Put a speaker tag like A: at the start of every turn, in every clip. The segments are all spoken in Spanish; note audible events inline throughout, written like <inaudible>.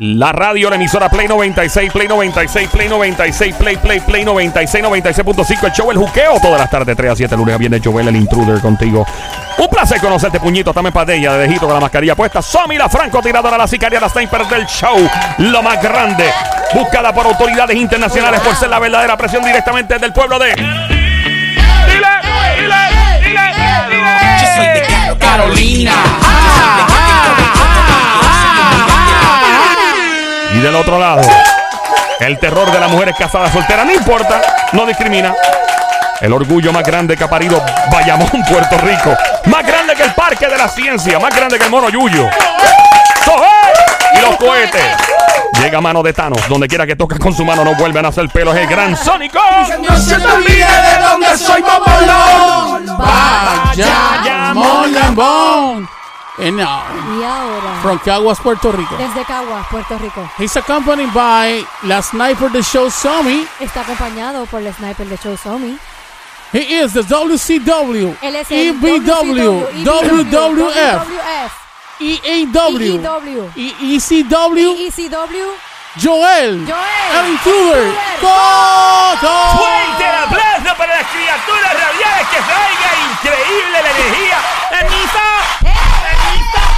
A: La radio, la emisora Play 96, Play 96, Play 96, Play, Play, Play 96, 96.5. El show, el juqueo, todas las tardes, 3 a 7, lunes a viernes. Joel, el intruder contigo. Un placer conocerte, puñito. También Padella, de lejito con la mascarilla puesta. Somi, la francotiradora, la sicaria, la Steinberg del show. Lo más grande. Buscada por autoridades internacionales por ser la verdadera presión directamente del pueblo de. ¡Dile! ¡Dile! ¡Dile!
B: Yo soy de Caro- Carolina. Ah,
A: Y del otro lado, el terror de las mujeres casadas solteras, no importa, no discrimina. El orgullo más grande que ha parido Bayamón, Puerto Rico. Más grande que el Parque de la Ciencia, más grande que el Mono Yuyo. ¡Sohé! Y los cohetes. Llega a mano de Thanos. Donde quiera que toca con su mano no vuelven a hacer pelos. El gran Sónico.
B: No se te olvide de dónde soy, Popolón. Vaya, Monambón. And now,
C: Y ahora,
B: from Caguas, uh, Puerto Rico.
C: desde Caguas, Puerto Rico,
B: He's accompanied by La Sniper de Show Somi.
C: está acompañado por el sniper de Show Somi.
B: He is the WCW,
C: Él es
B: E
C: el
B: EBW, WWF, EAW,
C: EEW,
B: E- ECW,
C: ECW,
B: Joel,
C: Joel,
B: El Intruder,
C: Intruder,
A: Fuerte
B: Coco.
A: el aplauso para las criaturas radiales que traiga increíble la energía. Permiso.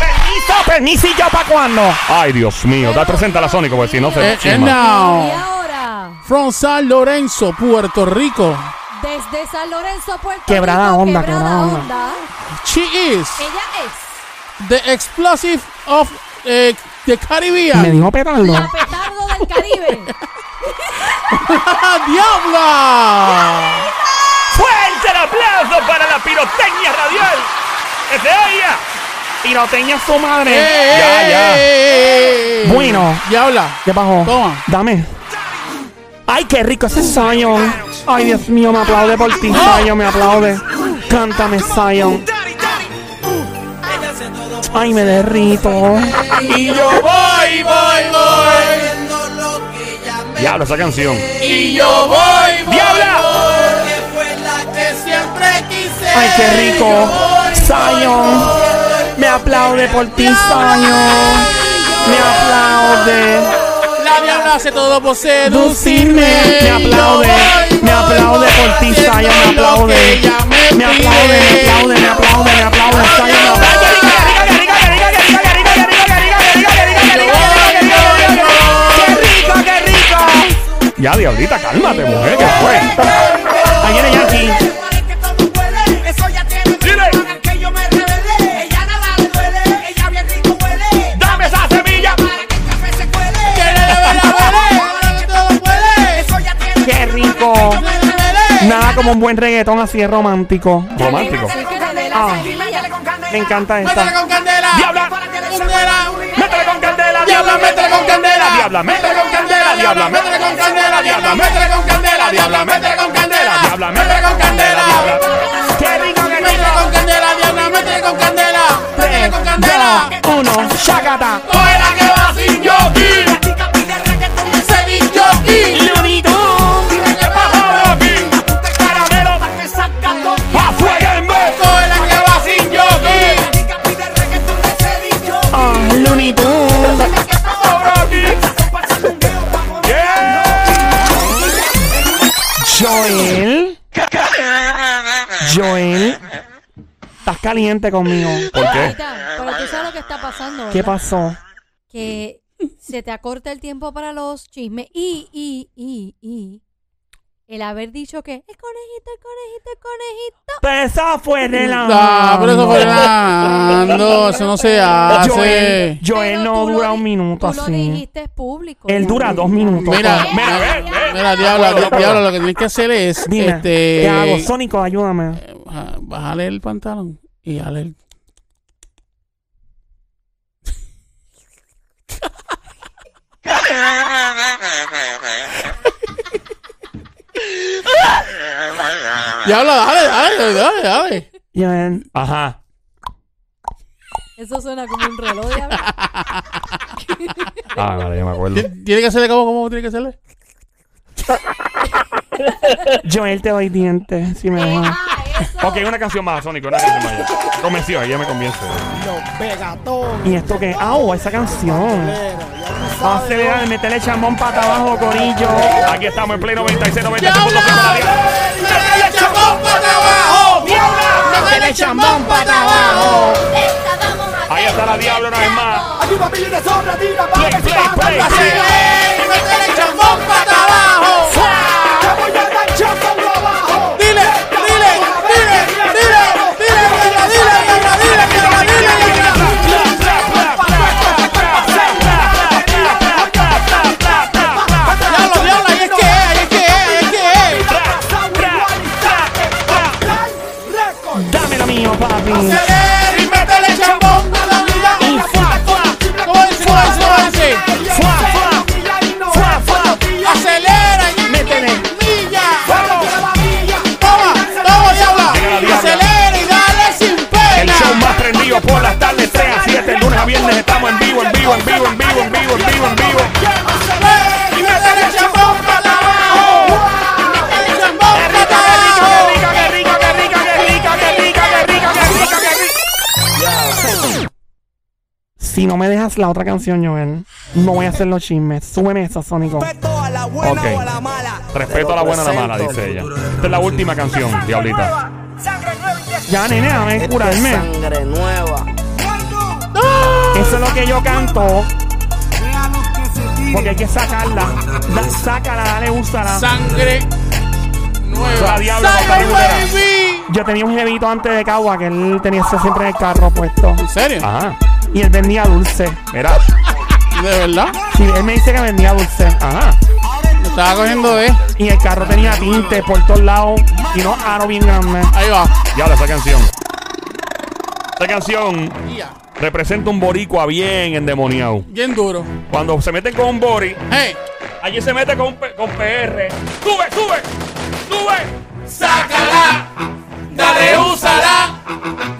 A: Permiso. Permiso. Permiso. para cuando. Ay, Dios mío. Da presenta a la Sónico, porque si no se
B: Eh, eh,
A: chisma.
C: y
B: now,
C: ahora,
B: from San Lorenzo, Puerto Rico,
C: desde San Lorenzo, Puerto
D: Quebrada
C: Rico,
D: onda,
C: quebrada,
D: quebrada onda.
C: onda,
B: she is
C: ella es
B: the explosive of eh, the
D: Me
B: Caribbean,
D: dijo petardo.
C: la petardo del Caribe.
B: Diabla.
A: Fuerte el aplauso para la pirotecnia radial. Que se oiga.
D: Piroteña su
B: Eh,
D: madre.
A: Ya, ya.
B: ya.
D: Bueno.
B: eh, Diabla.
D: ¿Qué pasó?
B: Toma.
D: Dame. Ay, qué rico ese Zion. Ay, Dios mío, me aplaude por ti. Zion me aplaude. Cántame, Zion. Ay, me derrito.
B: Y yo voy, voy, voy.
A: Diablo, esa canción.
B: Y yo voy, voy.
A: ¡Diabla!
B: Porque fue la que siempre quise.
D: Ay, qué rico. Zion. Me aplaude por ti, Zion. Me aplaude.
B: La diabla hace todo por seducirme.
D: Lucirme. Me aplaude.
B: Yo voy,
D: Me
B: voy,
D: aplaude
B: voy,
D: por ti,
B: haciendo
D: Zion. Me
B: lo que
D: aplaude.
B: ella me
D: Me aplaude, me
B: pide.
D: aplaude, me aplaude, me aplaude. Zion me aplaude.
A: Ya, diablita, cálmate, mujer, pues, que fue.
D: Ahí viene Yankee.
A: Dame esa semilla.
D: Qué rico. Nada como un buen reggaetón así de romántico.
A: Romántico.
C: Así que dale la
D: Ah,
C: semilla.
D: me encanta esta.
B: con candela.
A: Diabla. Métele con candela,
B: Diabla, métele con candela.
A: Diabla, métele con candela, diabla, métele con candela, diabla, métele con candela, diabla, métele con candela, diabla, métele con candela, diabla. Qué rico, qué
B: Métele
A: rico.
B: con candela, diabla, métele con candela. Métele con candela.
D: Dos, uno, shakata.
B: Coge la que va sin jockey. Se di jockey. Coge la que va sin jockey.
D: Ah, Looney Tunes. Joel. Joel. Estás caliente conmigo.
A: ¿Por qué?
C: Ahorita, Pero tú sabes lo que está pasando,
D: ¿Qué
C: ¿verdad?
D: pasó?
C: que se te acorta el tiempo para los chismes y, y, y, y el haber dicho que el conejito, el conejito, el conejito.
D: Pero eso fue relajando.
B: Ah, pero eso Fernando, eso no se
D: Joel,
B: hace.
D: Joel
C: Pero
D: no
C: tú lo
D: dura
C: di-
D: un minuto
C: Tú lo
D: así.
C: dijiste público.
D: Él
C: ya.
D: dura dos minutos.
B: Mira,
D: Oh,
A: Mira,
B: mira,
A: ve, ve.
B: mira, diabla, lo- diabla, lo que tienes que hacer es,
D: Dime,
B: este,
D: ¿qué hago? Sónico, ayúdame.
B: Ah, Bájale el pantalón y
A: <laughs>
B: dale el. Diabla, dale, dale, dale, dale.
D: Joel,
A: Ajá.
C: Eso suena como un reloj.
D: <laughs>
C: diablo.
A: Ah, vale, ya me acuerdo.
B: Ti- Tiene que hacerle como, como tiene que hacerle.
D: Joel te doy dientes, si me
C: Eh,
D: dejas.
C: ah, pasó?
A: Ok, una canción más, Sónico, una canción más. ya. Convenció, ella me convence.
B: Los pegatones.
D: ¿Y esto qué? ¡Au! esa canción. Acelerar, meterle chamón pata abajo, corillo.
A: Aquí estamos en Play 96, 96.
B: ¡Diablo! ¡Métele chambón para abajo! ¡Diabla! ¡Métele chambón para abajo!
E: Esta vamos a
A: Ahí está la Diablo una vez más.
B: Aquí papel y una sombra, tira
A: Play,
B: para
A: play, play,
B: ¡Ey! ¡Métele chambón para abajo! ¡Te voy a dar chambón para abajo! ¡Dile, dile, dile, dile! ¡Dile, dile, dile, dile, dile, dile, dile! ¡Diablo, diablo! ¡Ahí es que es! ¡Ahí es que es! ¡Ahí es que es!
D: Dame lo mío, papi.
B: y métele chambón a la vida. Y fuá, fuá. ¿Cómo dice? ¿Cómo dice? ¿Cómo dice? Fuá, fuá. Fuá, fuá. Acelera y métele milla. Toma, toma, diabla.
A: Venga, la diabla.
B: Acelera y dale sin
A: El
B: pena.
A: show más prendido por las tardes, 3 a 7, lunes a viernes. Estamos en vivo, en vivo, en vivo, en vivo, en vivo, en vivo, en vivo.
B: Acelera y métele chambón para abajo. Métele chambón para abajo.
A: ¡Qué rica, qué rica, qué rica, qué rica, qué rica, qué rica, qué rica, qué rica!
D: Si no me dejas la otra canción, Joel, no voy a hacer los chismes. Súbeme esa, Sónico.
F: respeto a la buena
A: Ok.
F: o a la mala.
A: Respeto a la buena a la mala, dice ella. Esta es la última canción, Diablita.
D: Ya, nene, déjame curarme.
F: Sangre nueva.
D: Eso es lo que yo canto. Porque hay que sacarla. Da- sácala, dale, úsala.
B: Sangre
A: La
B: nueva.
A: Diabla Boca Rivera.
B: baby.
D: Yo tenía un jevito antes de Cagua que él tenía eso siempre en el carro puesto.
B: ¿En serio?
A: Ajá.
D: Y él vendía dulce.
A: Mira.
B: ¿De verdad?
D: Sí, él me dice que vendía dulce.
A: Ajá.
B: Me estaba cogiendo de.
D: Y el carro tenía tinte por todos lados. Y no aro bien grande.
B: Ahí va.
A: Diabla, esa canción. Esta canción representa un boricua bien endemoniado.
B: Bien duro.
A: Cuando se meten con un bori,
B: Hey.
A: allí se mete con, un P- con PR. ¡Sube, sube! ¡Sube!
B: Sácala, dale, úsala,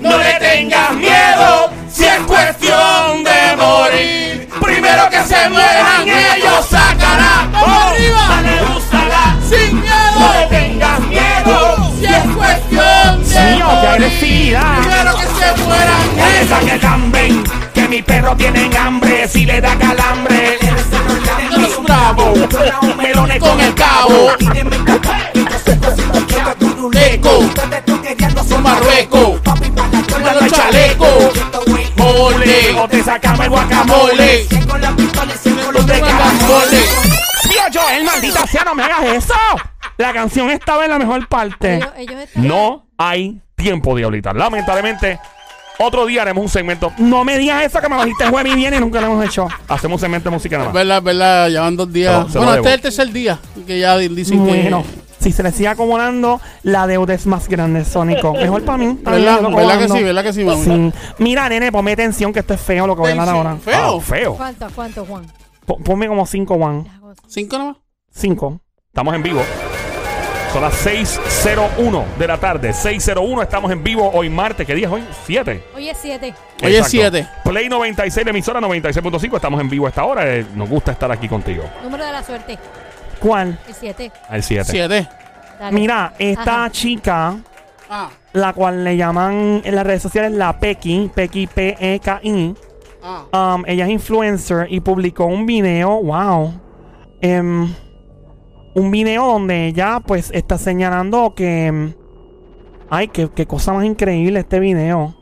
B: no le tengas miedo, si es cuestión de morir. Primero que se mueran ellos, sácala, arriba, dale, úsala, sin miedo, no le tengas miedo, si es cuestión de
D: Mío, qué
B: morir.
D: agresividad.
B: Primero que se mueran ellos,
A: que camben, que mi perro tienen hambre, si le da calambre.
B: los bravos,
A: Melones
B: con el cabo, leco, son marruecos, con los chalecos, mole,
A: O te sacamos el guacamole.
B: mole. de carambole.
D: Mío, Joel, maldita sea, no me hagas eso. La canción estaba en la mejor parte.
C: Ellos, ellos están-
A: No hay tiempo, Diablita. Lamentablemente, otro día haremos un segmento.
D: No me digas eso que me bajiste el jueves y viene y nunca lo hemos hecho.
A: Hacemos un segmento de música nada más.
B: Verdad, verdad, ya van dos días.
A: Se lo- se lo
B: bueno,
A: debo.
B: este es el tercer día que ya di- dicen que.
D: Bueno, si se le sigue acomodando, la deuda es más grande, Sónico. Mejor para mí. Está bien,
B: ¿Verdad?
D: lo sigo
B: ¿Verdad que
D: acomodando.
B: sí? ¿Verdad que sí, mami?
D: Sí. Mira, nene, ponme tensión que esto es feo lo que voy a hablar ahora.
A: Ah,
B: Feo.
A: feo.
C: ¿Cuánto, cuánto, Juan?
D: Po- Ponme como 5, Juan.
B: Cinco nomás.
D: 5.
A: Estamos en vivo. Son las 6.01 de la tarde. 6.01 estamos en vivo hoy martes. ¿Qué día es hoy? 7.
C: Oye, siete.
B: Hoy es siete.
A: Play 96, la emisora 96.5. Estamos en vivo a esta hora. Eh, Nos gusta estar aquí contigo.
C: Número de la suerte.
D: ¿Cuál?
C: El siete.
A: Al 7.
B: Siete.
C: Dale.
D: Mira, esta
C: Ajá.
D: chica,
B: Ah,
D: la cual le llaman en las redes sociales la Pequi, Pequi P-E-K-I,
B: ah.
D: um, ella es influencer y publicó un video, wow. em, un video donde ella pues está señalando que... em, ay, qué, qué cosa más increíble este video.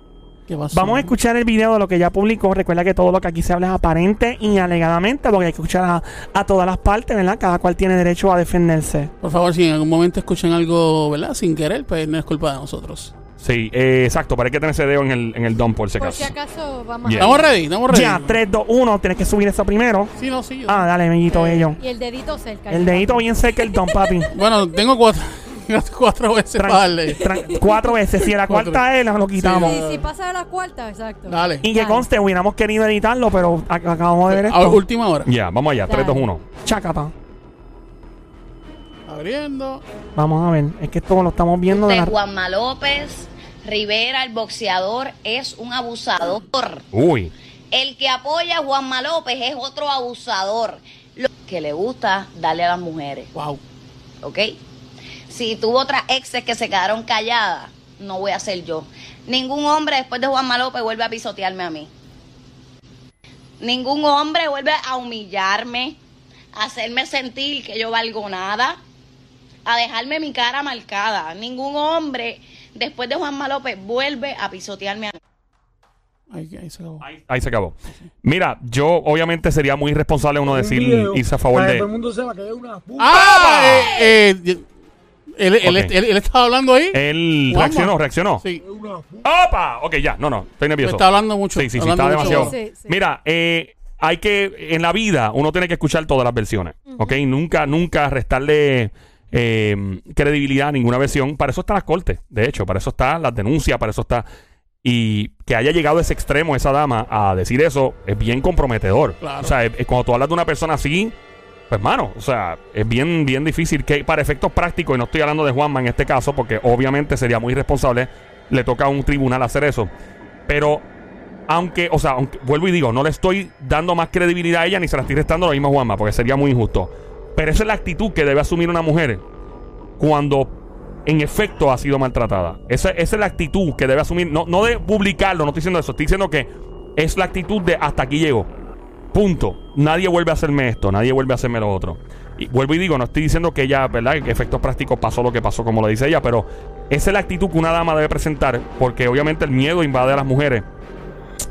B: ¿Qué pasó?
D: Vamos a escuchar el video de lo que ella publicó. Recuerda que todo lo que aquí se habla es aparente y alegadamente, porque hay que escuchar a, a todas las partes, ¿verdad? Cada cual tiene derecho a defenderse.
B: Por favor, si en algún momento escuchan algo, ¿verdad? Sin querer, pues no es culpa de nosotros.
A: Sí, eh, exacto. Para hay que tener ese dedo en el, en el don por si
C: Por si
A: acaso.
C: acaso vamos
A: Yeah.
C: a...
B: ¿Estamos ready? ¿Estamos ready?
D: Ya, 3, 2, 1, tienes que subir eso primero.
B: Sí, no, sí. yo-
D: Ah, dale, amiguito bello.
C: Y el dedito cerca.
D: El dedito bien cerca el don, papi.
B: Bueno, tengo cuatro, <laughs> cuatro veces para darle.
D: Tran- cuatro veces. Si la
B: Cuatro.
D: cuarta es, la- lo quitamos.
C: Si, si pasa de la cuarta, exacto.
B: Dale.
D: Y que conste, hubiéramos querido editarlo, pero ac- acabamos de ver
B: A-
D: esto.
B: última hora.
A: Ya, vamos allá. 3, 2, 1.
D: Chacata.
B: Abriendo.
D: Vamos a ver. Es que esto lo estamos viendo de
G: de
D: la...
G: Juanma López Rivera, el boxeador, es un abusador.
A: Uy.
G: El que apoya a Juanma López es otro abusador. Lo que le gusta darle a las mujeres,
B: Wow.
G: ¿ok? Si tuvo otras exes que se quedaron calladas, no voy a ser yo. Ningún hombre después de Juanma López vuelve a pisotearme a mí. Ningún hombre vuelve a humillarme, a hacerme sentir que yo valgo nada, a dejarme mi cara marcada. Ningún hombre después de Juanma López vuelve a pisotearme a mí.
B: Ahí, ahí se acabó.
A: Ahí se acabó. Mira, yo obviamente sería muy irresponsable uno decir irse a favor
H: Para que
A: de.
H: todo el mundo sepa que es una puta.
B: ¡Ah! eh, eh, él, él-
A: Ok. Eh,
B: él- él estaba hablando ahí.
A: Él
B: Juanma.
A: reaccionó, reaccionó.
B: Sí.
H: es una puta.
A: ¡Opa! Ok, ya, no, no, estoy nervioso.
B: Está hablando mucho.
A: Sí, sí, sí,
B: hablando
A: está
B: mucho.
A: demasiado.
C: Sí, sí.
A: Mira, eh, hay que, en la vida, uno tiene que escuchar todas las versiones, ¿ok? Nunca, nunca restarle eh, credibilidad a ninguna versión. Para eso están las cortes, de hecho, para eso están las denuncias, para eso está... Y que haya llegado a ese extremo esa dama a decir eso es bien comprometedor.
B: Claro.
A: O sea, es- es cuando tú hablas de una persona así, pues mano, o sea, es bien, bien difícil que para efectos prácticos, y no estoy hablando de Juanma en este caso, porque obviamente sería muy irresponsable, le toca a un tribunal hacer eso. Pero, aunque, o sea, aunque- vuelvo y digo, no le estoy dando más credibilidad a ella ni se la estoy restando a la misma Juanma, porque sería muy injusto. Pero esa es la actitud que debe asumir una mujer cuando en efecto ha sido maltratada. Esa, esa es la actitud que debe asumir. No, no de publicarlo, no estoy diciendo eso. Estoy diciendo que es la actitud de hasta aquí llego. Punto. Nadie vuelve a hacerme esto, nadie vuelve a hacerme lo otro. Y vuelvo y digo, no estoy diciendo que ella, ¿verdad? En efectos prácticos pasó lo que pasó, como lo dice ella, pero esa es la actitud que una dama debe presentar, porque obviamente el miedo invade a las mujeres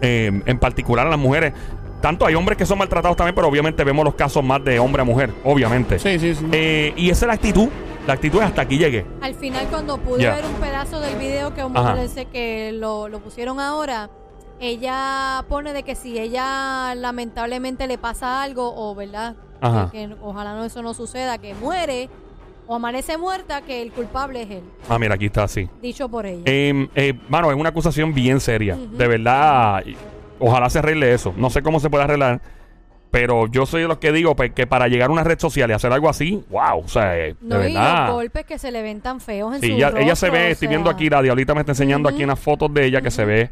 A: eh, en particular a las mujeres. Tanto hay hombres que son maltratados también, pero obviamente vemos los casos más de hombre a mujer, obviamente.
B: Sí, sí, sí.
A: Eh, y esa es la actitud. La actitud es hasta aquí llegue.
C: Al final, cuando pude
A: Ya.
C: ver un pedazo del video que, ese que lo, lo pusieron ahora, ella pone de que si ella lamentablemente le pasa algo, o verdad,
A: Ajá.
C: que, que ojalá no eso no suceda, que muere o amanece muerta, que el culpable es él,
A: Ah, mira, aquí está así.
C: dicho por ella.
A: Eh, eh, mano, es una acusación bien seria. De verdad, y- ojalá se arregle eso. No sé cómo se puede arreglar, pero yo soy de los que digo pues, que para llegar a una red social y hacer algo así, wow, o sea, eh, de
C: no, y los
A: verdad.
C: golpes que se le ven tan feos en
A: Sí,
C: su
A: ella, ella se
C: rostro,
A: ve,
C: o
A: estoy
C: sea,
A: viendo aquí, la diablita me está enseñando aquí unas fotos de ella que se ve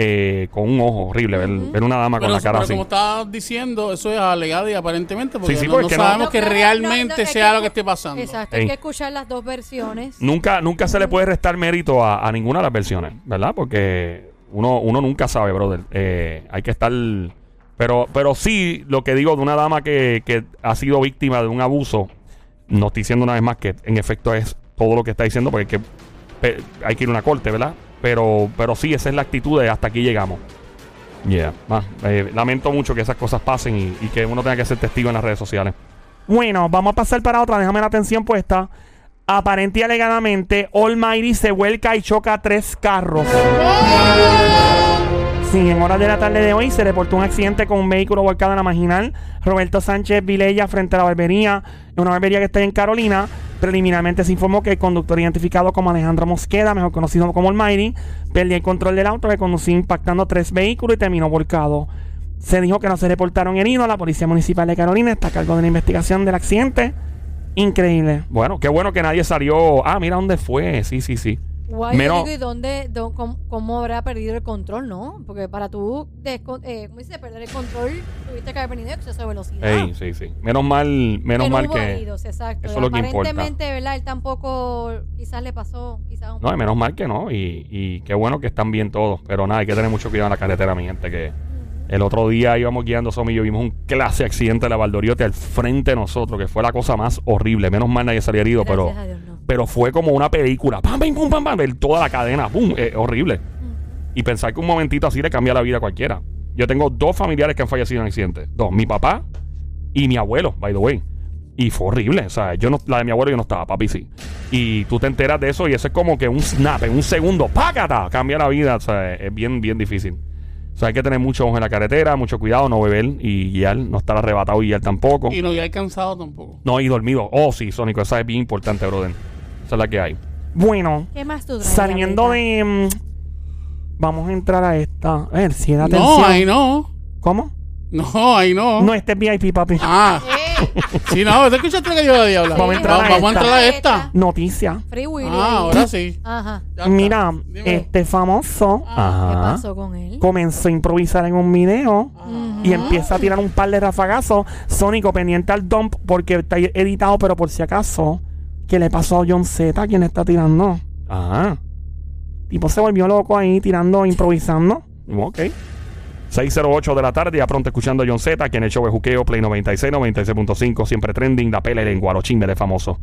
A: eh, con un ojo horrible, ver, ver una dama con
B: Pero-
A: la cara
B: pero
A: así.
B: como estás diciendo, eso es alegado y aparentemente, porque
A: Sí, sí,
B: no,
A: porque
B: no
A: no-
B: sabemos
C: No
B: que
C: creo- no,
B: realmente
C: no, es
B: sea
C: que-
B: lo que esté pasando.
C: Exacto,
A: Ey.
C: hay que escuchar las dos versiones.
A: Nunca, nunca se le puede restar mérito a, a ninguna de las versiones, ¿verdad? Porque uno, uno nunca sabe, brother. Eh, hay que estar. Pero, pero sí, lo que digo de una dama que, que ha sido víctima de un abuso, no estoy diciendo una vez más que en efecto es todo lo que está diciendo, porque hay que, pe- hay que ir a una corte, ¿verdad? Pero, pero sí, esa es la actitud de hasta aquí llegamos. Yeah. Ah, eh, lamento mucho que esas cosas pasen y, y que uno tenga que ser testigo en las redes sociales.
D: Bueno, vamos a pasar para otra. Déjame la atención puesta. Aparente y alegadamente, Almighty se vuelca y choca tres carros. Sí, en horas de la tarde de hoy se reportó un accidente con un vehículo volcado en la marginal Roberto Sánchez Vilella frente a la barbería, en una barbería que está en Carolina. Preliminarmente se informó que el conductor identificado como Alejandro Mosqueda, mejor conocido como Almighty, perdió el control del auto que conducía impactando tres vehículos y terminó volcado. Se dijo que no se reportaron heridos. La Policía Municipal de Carolina está a cargo de la investigación del accidente. Increíble.
A: Bueno, qué bueno que nadie salió. Ah, mira dónde fue. Sí, sí, sí.
C: Guay, yo
A: Menos-
C: digo, ¿y dónde, dó- cómo, cómo habrá perdido el control, no? Porque para tú, descon- eh, ¿cómo dices? Perder el control, tuviste que haber venido a exceso de velocidad.
A: Ey, sí, sí. Menos mal, menos
C: Que no
A: mal
C: hubo
A: que.
C: heridos, exacto.
A: eso es lo que importa.
C: Aparentemente, ¿verdad? Él tampoco, quizás le pasó, quizás un
A: No, y menos mal que no. Y, y qué bueno que están bien todos. Pero nada, hay que tener mucho cuidado en la carretera, mi gente. Que el otro día íbamos guiando Somi y yo vimos un clase accidente de la Valdoriote al frente de nosotros, que fue la cosa más horrible. Menos mal nadie salió herido,
C: Gracias
A: pero.
C: a Dios, no.
A: Pero fue como una película. Pam, pam, pam, pam, pam. el- Toda la cadena. Pum, eh, horrible. Y pensar que un momentito así le cambia la vida a cualquiera. Yo tengo dos familiares que han fallecido en accidentes. Dos. Mi papá y mi abuelo, by the way. Y fue horrible. O sea, yo no, la de mi abuelo yo no estaba, papi sí. Y tú te enteras de eso y eso es como que un snap, en un segundo, ¡pácata! Cambia la vida. O sea, es bien, bien difícil. O sea, hay que tener mucho ojo en la carretera, mucho cuidado, no beber y guiar, no estar arrebatado y guiar tampoco.
B: Y no ya cansado tampoco.
A: No, y dormido. Oh, sí, Sónico, esa es bien importante, brother. Esa es la que hay.
D: Bueno,
C: ¿Qué más tú traes,
D: saliendo
C: diablita?
D: de. mm, vamos a entrar a esta. A ver, si era atención.
B: No, ahí no.
D: ¿Cómo?
B: No, ahí no.
D: No, este es VIP, papi.
B: Ah,
C: <laughs> ¡Eh!
B: sí, no, ¿te escuchaste lo que yo de diabla?
D: Vamos a entrar a
B: Vamos a entrar a esta.
C: esta.
D: Noticia.
C: Free Willy.
B: Ah, ahora sí.
C: Ajá.
B: Ya está.
D: Mira,
B: Dime.
D: este famoso
C: ¿Qué
A: Ajá.
C: pasó con él?
D: comenzó a improvisar en un video
C: Ujú.
B: Ah.
D: y empieza a tirar un par de rafagazos. Sónico pendiente al dump porque está editado, pero por si acaso, ¿qué le pasó a John Z? quien está tirando?
A: Ajá.
D: Tipo se volvió loco ahí tirando, improvisando.
A: Ok. 608 de la tarde, ya pronto escuchando a John Z, aquí en el show de Juqueo, Play 96, 96.5, siempre trending, da pela y lengua, los chismes de famoso.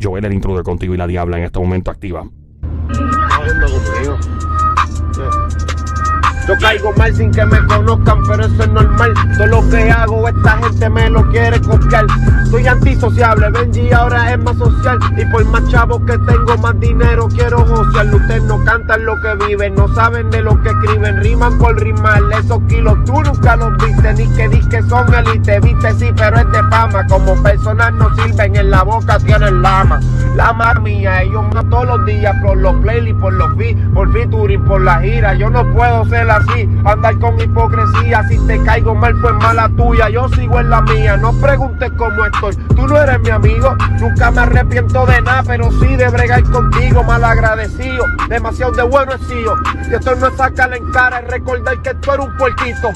A: Joel, el intruder contigo y la diabla en este momento activa.
H: Yo caigo mal sin que me conozcan, pero eso es normal. Todo lo que hago, esta gente me lo quiere copiar. Soy antisociable, Benji ahora es más social. Y por más chavos que tengo, más dinero quiero social. Ustedes no cantan lo que viven, no saben de lo que escriben. Riman por rimar, esos kilos tú nunca los viste. Ni que dis que son elite, viste sí, pero es de fama. Como personas no sirven, en la boca tienen lama. Lama mía, ellos más todos los días por los playlists, por los beats, por featuring, por la gira. Yo no puedo ser así, andar con hipocresía. Si te caigo mal, pues mala tuya. Yo sigo en la mía, no preguntes cómo estoy. Tú no eres mi amigo, nunca me arrepiento de nada, pero sí de bregar contigo. Mal agradecido, demasiado de bueno he sido. Y esto no es sacarle en cara, es recordar que tú eres un puerquito.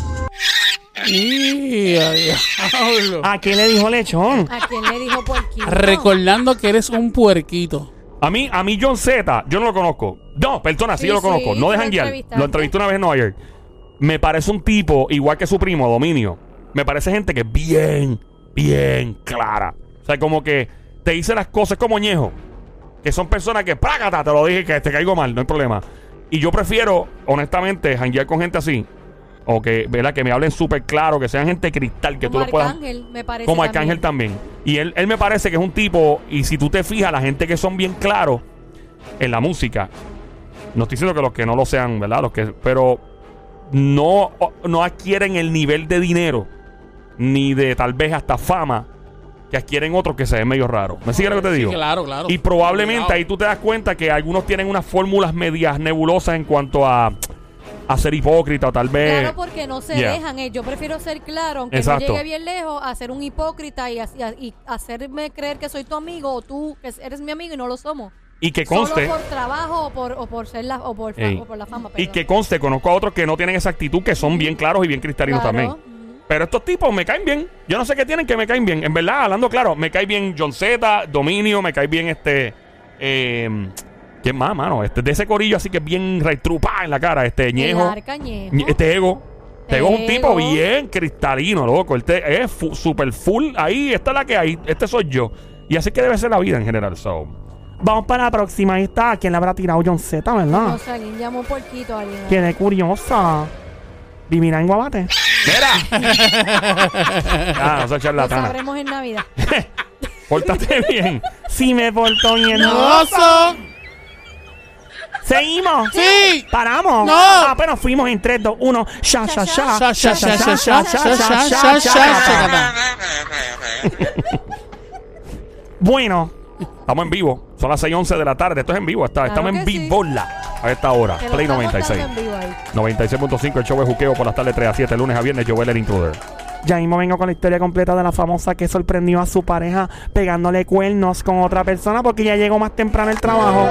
B: Y a diablo.
D: ¿A quién le dijo lechón?
C: ¿A quién le dijo puerquito?
B: Recordando que eres un puerquito.
A: A mí, a mí John Z, yo no lo conozco. No, perdona, sí,
C: Sí,
A: yo lo
C: sí,
A: conozco. No
C: lo
A: dejan guiar.
C: entrevistaste.
A: Lo entrevisté una vez en Nueva York. Me parece un tipo, igual que su primo, Dominio. Me parece gente que es bien, bien clara. O sea, como que te dice las cosas como ñejo. Que son personas que, prácata, te lo dije, que te caigo mal, no hay problema. Y yo prefiero, honestamente, janguear con gente así. O que, ¿verdad? Que me hablen súper claro, que sean gente cristal, que
C: Como
A: tú lo puedas...
C: Arcángel, me parece.
A: Como
C: también.
A: Arcángel también. Y él, él me parece que es un tipo, y si tú te fijas, la gente que son bien claros en la música, no estoy diciendo que los que no lo sean, ¿verdad? Los que, pero no, no adquieren el nivel de dinero, ni de tal vez hasta fama, que adquieren otros que se ven medio raros. ¿Me sigues lo que te digo?
B: claro, claro.
A: Y probablemente
B: Obligado.
A: ahí tú te das cuenta que algunos tienen unas fórmulas medias nebulosas en cuanto a, a ser hipócrita o tal vez...
C: Claro, pues, porque no se
A: Eh, yeah.
C: dejan. eh. Yo prefiero ser claro, aunque
A: Exacto.
C: no llegue bien lejos, a ser un hipócrita y, a- y a- y hacerme creer que soy tu amigo o tú que eres mi amigo y no lo somos.
A: y que conste...
C: Solo por trabajo o por, o por ser la, o por, fa-
A: Ey.
C: o por la fama.
A: Y
C: perdón.
A: que conste, conozco a otros que no tienen esa actitud, que son bien claros y bien cristalinos
C: Claro.
A: también. Pero estos tipos me caen bien. Yo no sé qué tienen que me caen bien. En verdad, hablando claro, me cae bien John Z, Dominio, me cae bien este. Eh, ¿Quién más, mano? Este, de ese corillo así que es bien retrupa en la cara, este
C: El
A: ñejo.
C: arca Ñejo.
A: Ñe- Este ego. Este ego es un tipo
C: Tego.
A: bien cristalino, loco. Este es fu- super full. Ahí, esta es la que hay. Este soy yo. Y así que debe ser la vida en general. So,
D: Vamos para la próxima. Ahí está. ¿A quién le habrá tirado John Z,
C: No
D: verdad?
C: sé, alguien llamó puerquito a alguien. eh.
D: Quedé curiosa. Vivirá en Guabate.
A: ¡Mira! ah, no soy
C: Lo
A: charlatana.
C: sabremos en Navidad.
A: <laughs> Pórtate bien.
D: Si me portó bien.
B: ¡Oso!
D: Seguimos.
B: ¡Sí!
D: Paramos.
B: No.
D: Ah, pero fuimos en 3, 2, 1. Sha, sha, sha.
B: Sha, sha, sha, sha, sha, sha, sha, sha, sha, sha.
D: Bueno,
A: Estamos en vivo. Son las 6 y 11 de la tarde. Esto es en vivo. Está,
C: Claro
A: estamos en
C: que sí.
A: vivo a esta hora.
C: Que lo
A: Play
C: estamos
A: 96.
C: dando en vivo ahí.
A: 96.5. El show de juqueo por las tardes 3 a 7. Lunes a viernes. Joel el intruder.
D: ya mismo vengo con la historia completa de la famosa que sorprendió a su pareja pegándole cuernos con otra persona porque ya llegó más temprano el trabajo.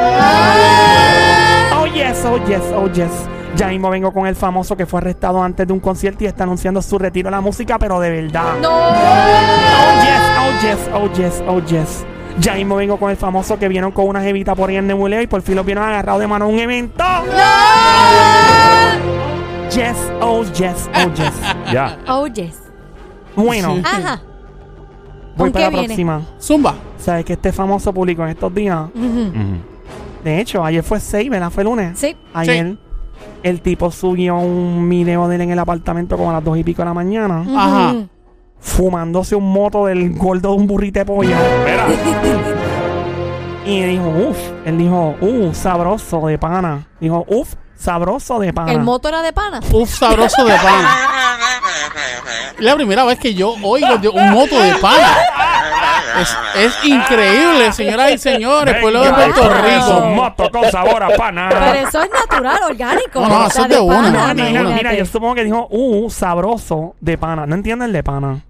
D: Oh yes, oh yes, oh yes. Ya mismo vengo con el famoso que fue arrestado antes de un concierto y está anunciando su retiro a la música, pero de verdad. Oh yes, oh yes, oh yes, oh yes. Ya mismo vengo con el famoso que vieron con una jevita por ahí en Nebuleo y por fin los vieron agarrados de mano en un evento. Yes, oh yes, oh yes.
C: <laughs>
A: Ya.
C: Oh, yes.
D: Bueno,
B: Sí.
C: Ajá. ¿Con
D: voy para la
C: qué viene?
D: próxima.
B: Zumba.
D: Sabes que este famoso público en estos días.
C: Ujú.
A: Ujú.
D: De hecho, ayer fue 6, ¿verdad? Fue lunes.
C: Sí.
D: Ayer el tipo subió un video de él en el apartamento como a las dos y pico de la mañana,
B: Ajá.
D: fumándose un moto del gordo de un burrito de polla.
A: Mira.
D: <laughs> Y dijo, uff, él dijo, uh, sabroso de pana. Dijo, uff, sabroso de pana.
C: El moto era de pana.
B: Uf, sabroso de pan. La primera vez que yo oigo de un moto de pan. Es, es increíble, señoras y señores, pueblo de
A: Venga,
B: Puerto
A: con
B: Rico.
A: esos motos con sabor a pana.
C: Pero eso es natural, orgánico.
B: No, no, eso
C: La
B: es de una,
C: pana,
B: no, no,
D: Ah, mira,
B: no.
D: mira,
C: imagínate.
D: yo supongo que dijo, uh, sabroso de pana. No entiendo el de pana.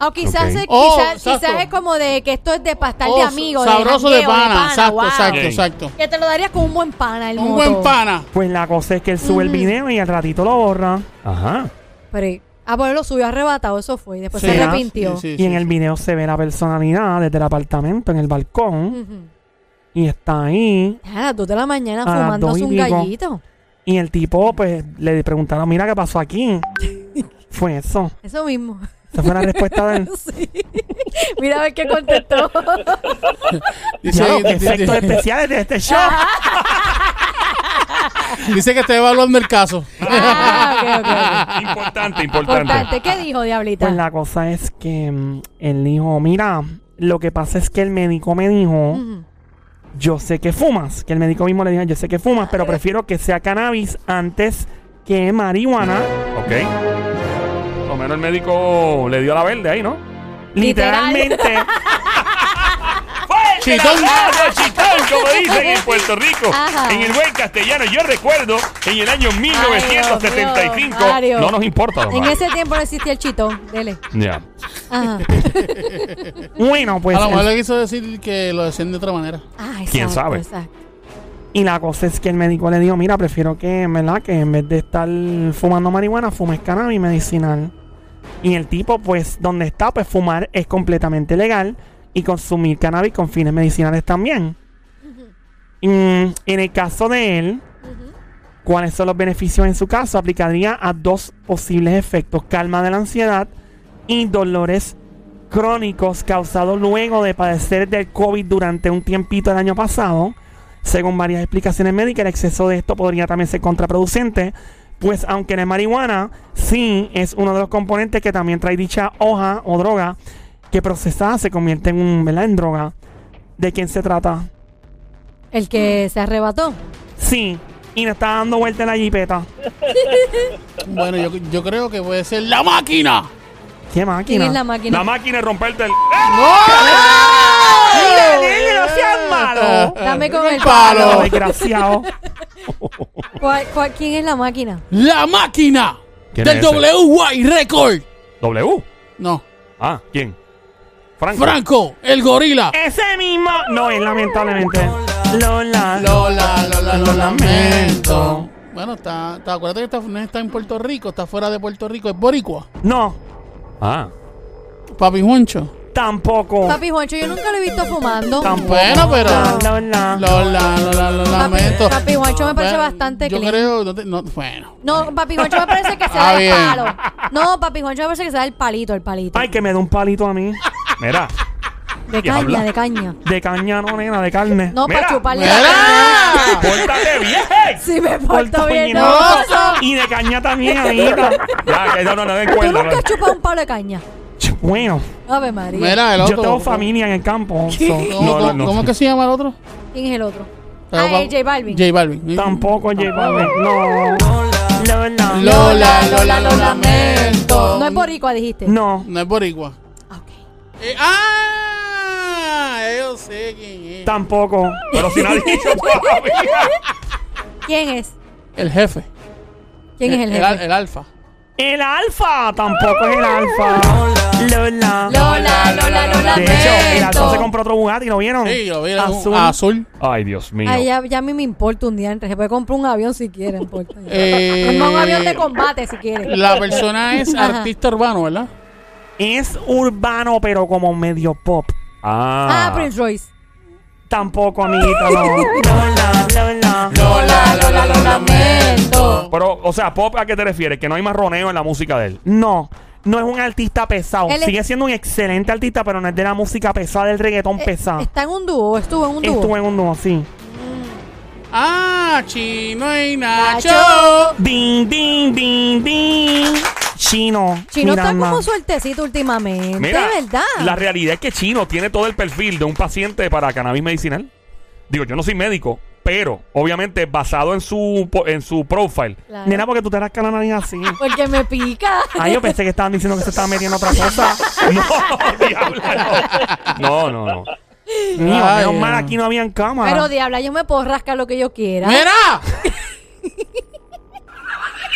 C: O quizás,
A: Ok.
C: es,
B: Oh,
C: quizás,
B: exacto.
C: quizás es como de que esto es de pastel
B: Oh,
C: de amigos.
B: sabroso de,
C: jangueo,
B: pana, exacto,
C: wow.
B: exacto,
A: Bien.
B: exacto.
C: Que te lo darías con un buen pana el
B: Un
C: moto.
B: buen pana.
D: Pues la cosa es que él sube el video y al ratito lo borra.
A: Ajá.
C: Pero, ah, bueno, lo subió arrebatado, eso fue. Y después
D: Sí,
C: Pues se
D: ah,
C: arrepintió.
B: Sí, sí,
D: y en
B: sí.
D: el video se ve la personalidad desde el apartamento, en el balcón.
C: Ujú.
D: Y está ahí.
C: A las 2 de la mañana
D: A las dos y
C: fumándose un
D: pico.
C: gallito.
D: Y el tipo, pues, le preguntaron, mira qué pasó
C: <laughs>
D: aquí. Fue eso.
C: Eso mismo.
D: Esa fue la respuesta del
C: <laughs> Sí. Mira a ver qué contestó.
B: Dice,
D: Ya,
B: di- di-
D: efectos
B: di-
D: especiales de este show.
B: dice que está evaluando el caso.
C: Ah, ok, ok, ok.
A: Importante, importante.
C: Importante. ¿Qué dijo, diablita?
D: Pues la cosa es que mm, él dijo, mira, lo que pasa es que el médico me dijo,
C: Ujú.
D: yo sé que fumas. Que el médico mismo le dijo, yo sé que fumas, pero prefiero que sea cannabis antes que marihuana.
A: Ok. Por lo menos el médico le dio la verde ahí, ¿no?
C: Literal.
D: Literalmente.
B: Chitón.
A: ¡Claro, chitón! Como dicen en Puerto Rico.
C: Ajá.
A: En el buen castellano. Yo recuerdo en el año 1975.
C: Dios, Mario.
A: no nos importa, don
C: En
A: Mario.
C: ese tiempo no existía el chitón. Dele.
A: Ya.
C: Ajá.
D: bueno, pues.
B: A lo mejor
D: el-
B: le quiso decir que lo decían de otra manera.
C: Ah,
A: ¿Quién
C: exacto,
A: sabe?
C: exacto.
D: y la cosa es que el médico le dijo, mira, prefiero que, ¿verdad? Que en vez de estar fumando marihuana, fumes cannabis medicinal. Y el tipo, pues, donde está, pues fumar es completamente legal y consumir cannabis con fines medicinales también. Mm, en el caso de él, ¿cuáles son los beneficios en su caso? Aplicaría a dos posibles efectos, calma de la ansiedad y dolores crónicos causados luego de padecer del COVID durante un tiempito el año pasado. Según varias explicaciones médicas, el exceso de esto podría también ser contraproducente, pues aunque no es marihuana, sí es uno de los componentes que también trae dicha hoja o droga que procesada se convierte en, un, ¿verdad? en droga. ¿De quién se trata?
C: El que se arrebató.
D: Sí, y le está dando vuelta en la jipeta.
B: Bueno, yo, yo creo que puede ser la máquina.
D: ¡Qué
C: ¿Quién es la
D: máquina!
C: máquina?
A: La máquina es romperte el.
C: ¡Oh!
D: ¡Mira, negro, seas malo!
C: Dame con el
D: Malo,
B: Eh, palo.
D: desgraciado.
C: ¿Cuál- cuál- quién es la máquina?
B: La máquina
A: ¿Quién
B: del
A: es ese?
B: WY Record.
A: W.
B: No,
A: Ah, ¿quién? Franco.
B: Franco, el gorila.
D: ¡Ese mismo! No, es lamentablemente. Lola.
B: Lola, Lola, lo lamento. Bueno, está, está- acuérdate que está, no está en Puerto Rico, está fuera de Puerto Rico, es boricua.
D: No,
A: Ah.
B: Papi Juancho. Oh.
D: tampoco.
C: Papi Juancho, yo nunca lo he visto fumando.
D: Tampoco.
B: Bueno, pero...
D: Lola, Lola.
B: Lola, Lola, lo lamento.
C: Papi Juancho me parece
B: Bueno,
C: bastante
B: Yo
C: clean.
B: creo... No te- no, bueno.
C: No, Papi Juancho me parece que se
B: Ah,
C: da el
B: bien.
C: palo. No, Papi Juancho me parece que se da el palito, el palito.
D: Ay, que me da un palito a mí.
A: Mira.
C: de
A: ya
C: caña,
A: habla.
C: de caña.
D: De caña, no, nena, de carne.
C: No,
A: Mira,
C: para chuparle la caña. <laughs>
B: ¡Mira!
A: ¡Pórtate bien!
C: Si me porto
D: Corto
C: bien, no.
D: puñetazo. Y de caña también, amiguita.
A: Ya, que no, no, no,
C: <laughs>
A: de
C: Tú
A: acuerdo.
C: nunca has chupado un palo de caña.
D: Ch- Bueno,
C: Ave María.
B: Mira, el
D: yo
B: otro.
D: tengo familia en el campo. so,
B: ¿Cómo,
A: No, no,
B: cómo-
A: no.
B: cómo es que se llama el otro?
C: ¿Quién es el otro?
B: Pero
C: Ah,
B: va-
C: es J Balvin.
B: J Balvin.
D: tampoco llevaba. No. Lola.
B: Lola, Lola, lo lamento.
C: No es boricua, dijiste.
D: No.
B: No es boricua.
C: Ah, ok.
B: Eh, ¡Ah! Yo sé quién es.
D: Tampoco.
A: Pero si nadie
C: <laughs>
A: hizo todavía.
C: ¿Quién es?
B: El jefe.
C: ¿Quién es el
B: El, al-
C: jefe?
B: el alfa.
D: El alfa. Tampoco es el alfa. Lola.
C: Lola, Lola, lo
D: De hecho, el alfa se
C: lamento.
D: compró otro Bugatti, ¿lo vieron?
B: Sí, lo vi. era un-
C: <laughs>
D: Azul.
B: Azul.
A: Ay, Dios mío.
C: Ay, ya, ya a mí me importa un día entre. Se puede comprar un avión si quiere.
A: <laughs>
C: no importa.
B: Eh,
C: Compra un avión de combate si quiere.
B: La persona es
C: Ajá.
B: artista urbano, ¿verdad?
D: Es urbano, pero como medio pop.
C: Ah,
A: Ah.
C: Prince Royce.
D: Tampoco, amiguita, no. <laughs> Lola, Lola.
B: Lola, Lola, lo lamento.
A: Pero, o sea, pop, ¿a qué te refieres? Que no hay marroneo en la música de él.
D: No, no es un artista pesado.
C: Él es-
D: Sigue siendo un excelente artista, pero no es de la música pesada, del reggaetón
C: Eh,
D: pesado.
C: Está en un dúo, estuvo en un dúo.
D: Estuvo en un dúo, sí.
B: Ah, Chino y Nacho.
C: Nacho.
D: Din, din, din, din. Chino.
C: Chino está
D: Miranda.
C: como suertecito últimamente,
A: Mira,
C: ¿verdad?
A: la realidad es que Chino tiene todo el perfil de un paciente para cannabis medicinal. Digo, yo no soy médico, pero obviamente basado en su po- en su profile. <laughs>
C: Claro.
D: Nena, porque tú te rascas la nariz así.
C: Porque me pica. <laughs>
D: Ay, yo pensé que estaban diciendo que se estaban metiendo otra cosa.
A: No, diablo, no. no, no, no.
D: Mío,
B: Ay,
D: menos mal
B: no.
D: aquí no habían cámara.
C: Pero diabla, yo me puedo rascar lo que yo quiera.
B: ¡Mira!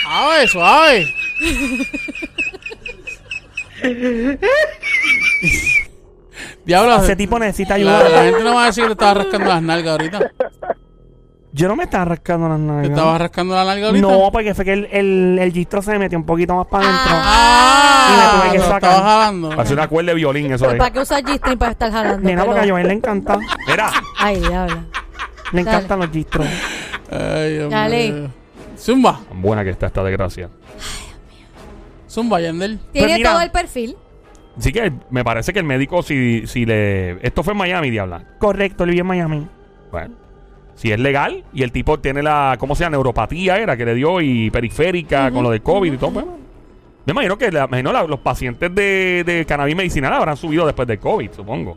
B: suave, suave. Diablo.
D: Ese tipo necesita
B: La,
D: ayuda.
B: la gente no va a decir que te estaba rascando las nalgas ahorita.
D: Yo no me estaba rascando las
B: ¿Te
D: nalgas.
B: estabas rascando la nalga ahorita?
D: No, porque fue que el, el, el gistro se me metió un poquito más para adentro.
C: Ah,
D: Y me tuve que
B: lo
D: sacar.
B: estaba jalando.
A: Hace una cuerda de violín, eso ahí.
C: ¿Para qué usar G-string para estar jalando?
D: Nena, porque a
C: pelón?
D: Joel le encanta.
A: Mira,
C: Ay, diablo.
D: Le
C: Dale.
D: encantan los gistros.
B: Ay, Dios
C: Dale.
B: mío. Zumba,
A: tan buena que está esta desgracia.
B: zumba, Yandel.
C: Tiene
D: mira.
C: todo el perfil.
A: Así que me parece que el médico, si, si le. Esto fue en Miami, Diabla.
D: Correcto, él vive en Miami.
A: Bueno. Si es legal y el tipo tiene la. ¿Cómo se llama? Neuropatía era que le dio y periférica con lo de COVID y todo. pues, me imagino que la- me imagino la- los pacientes de, de cannabis medicinal habrán subido después del COVID, supongo.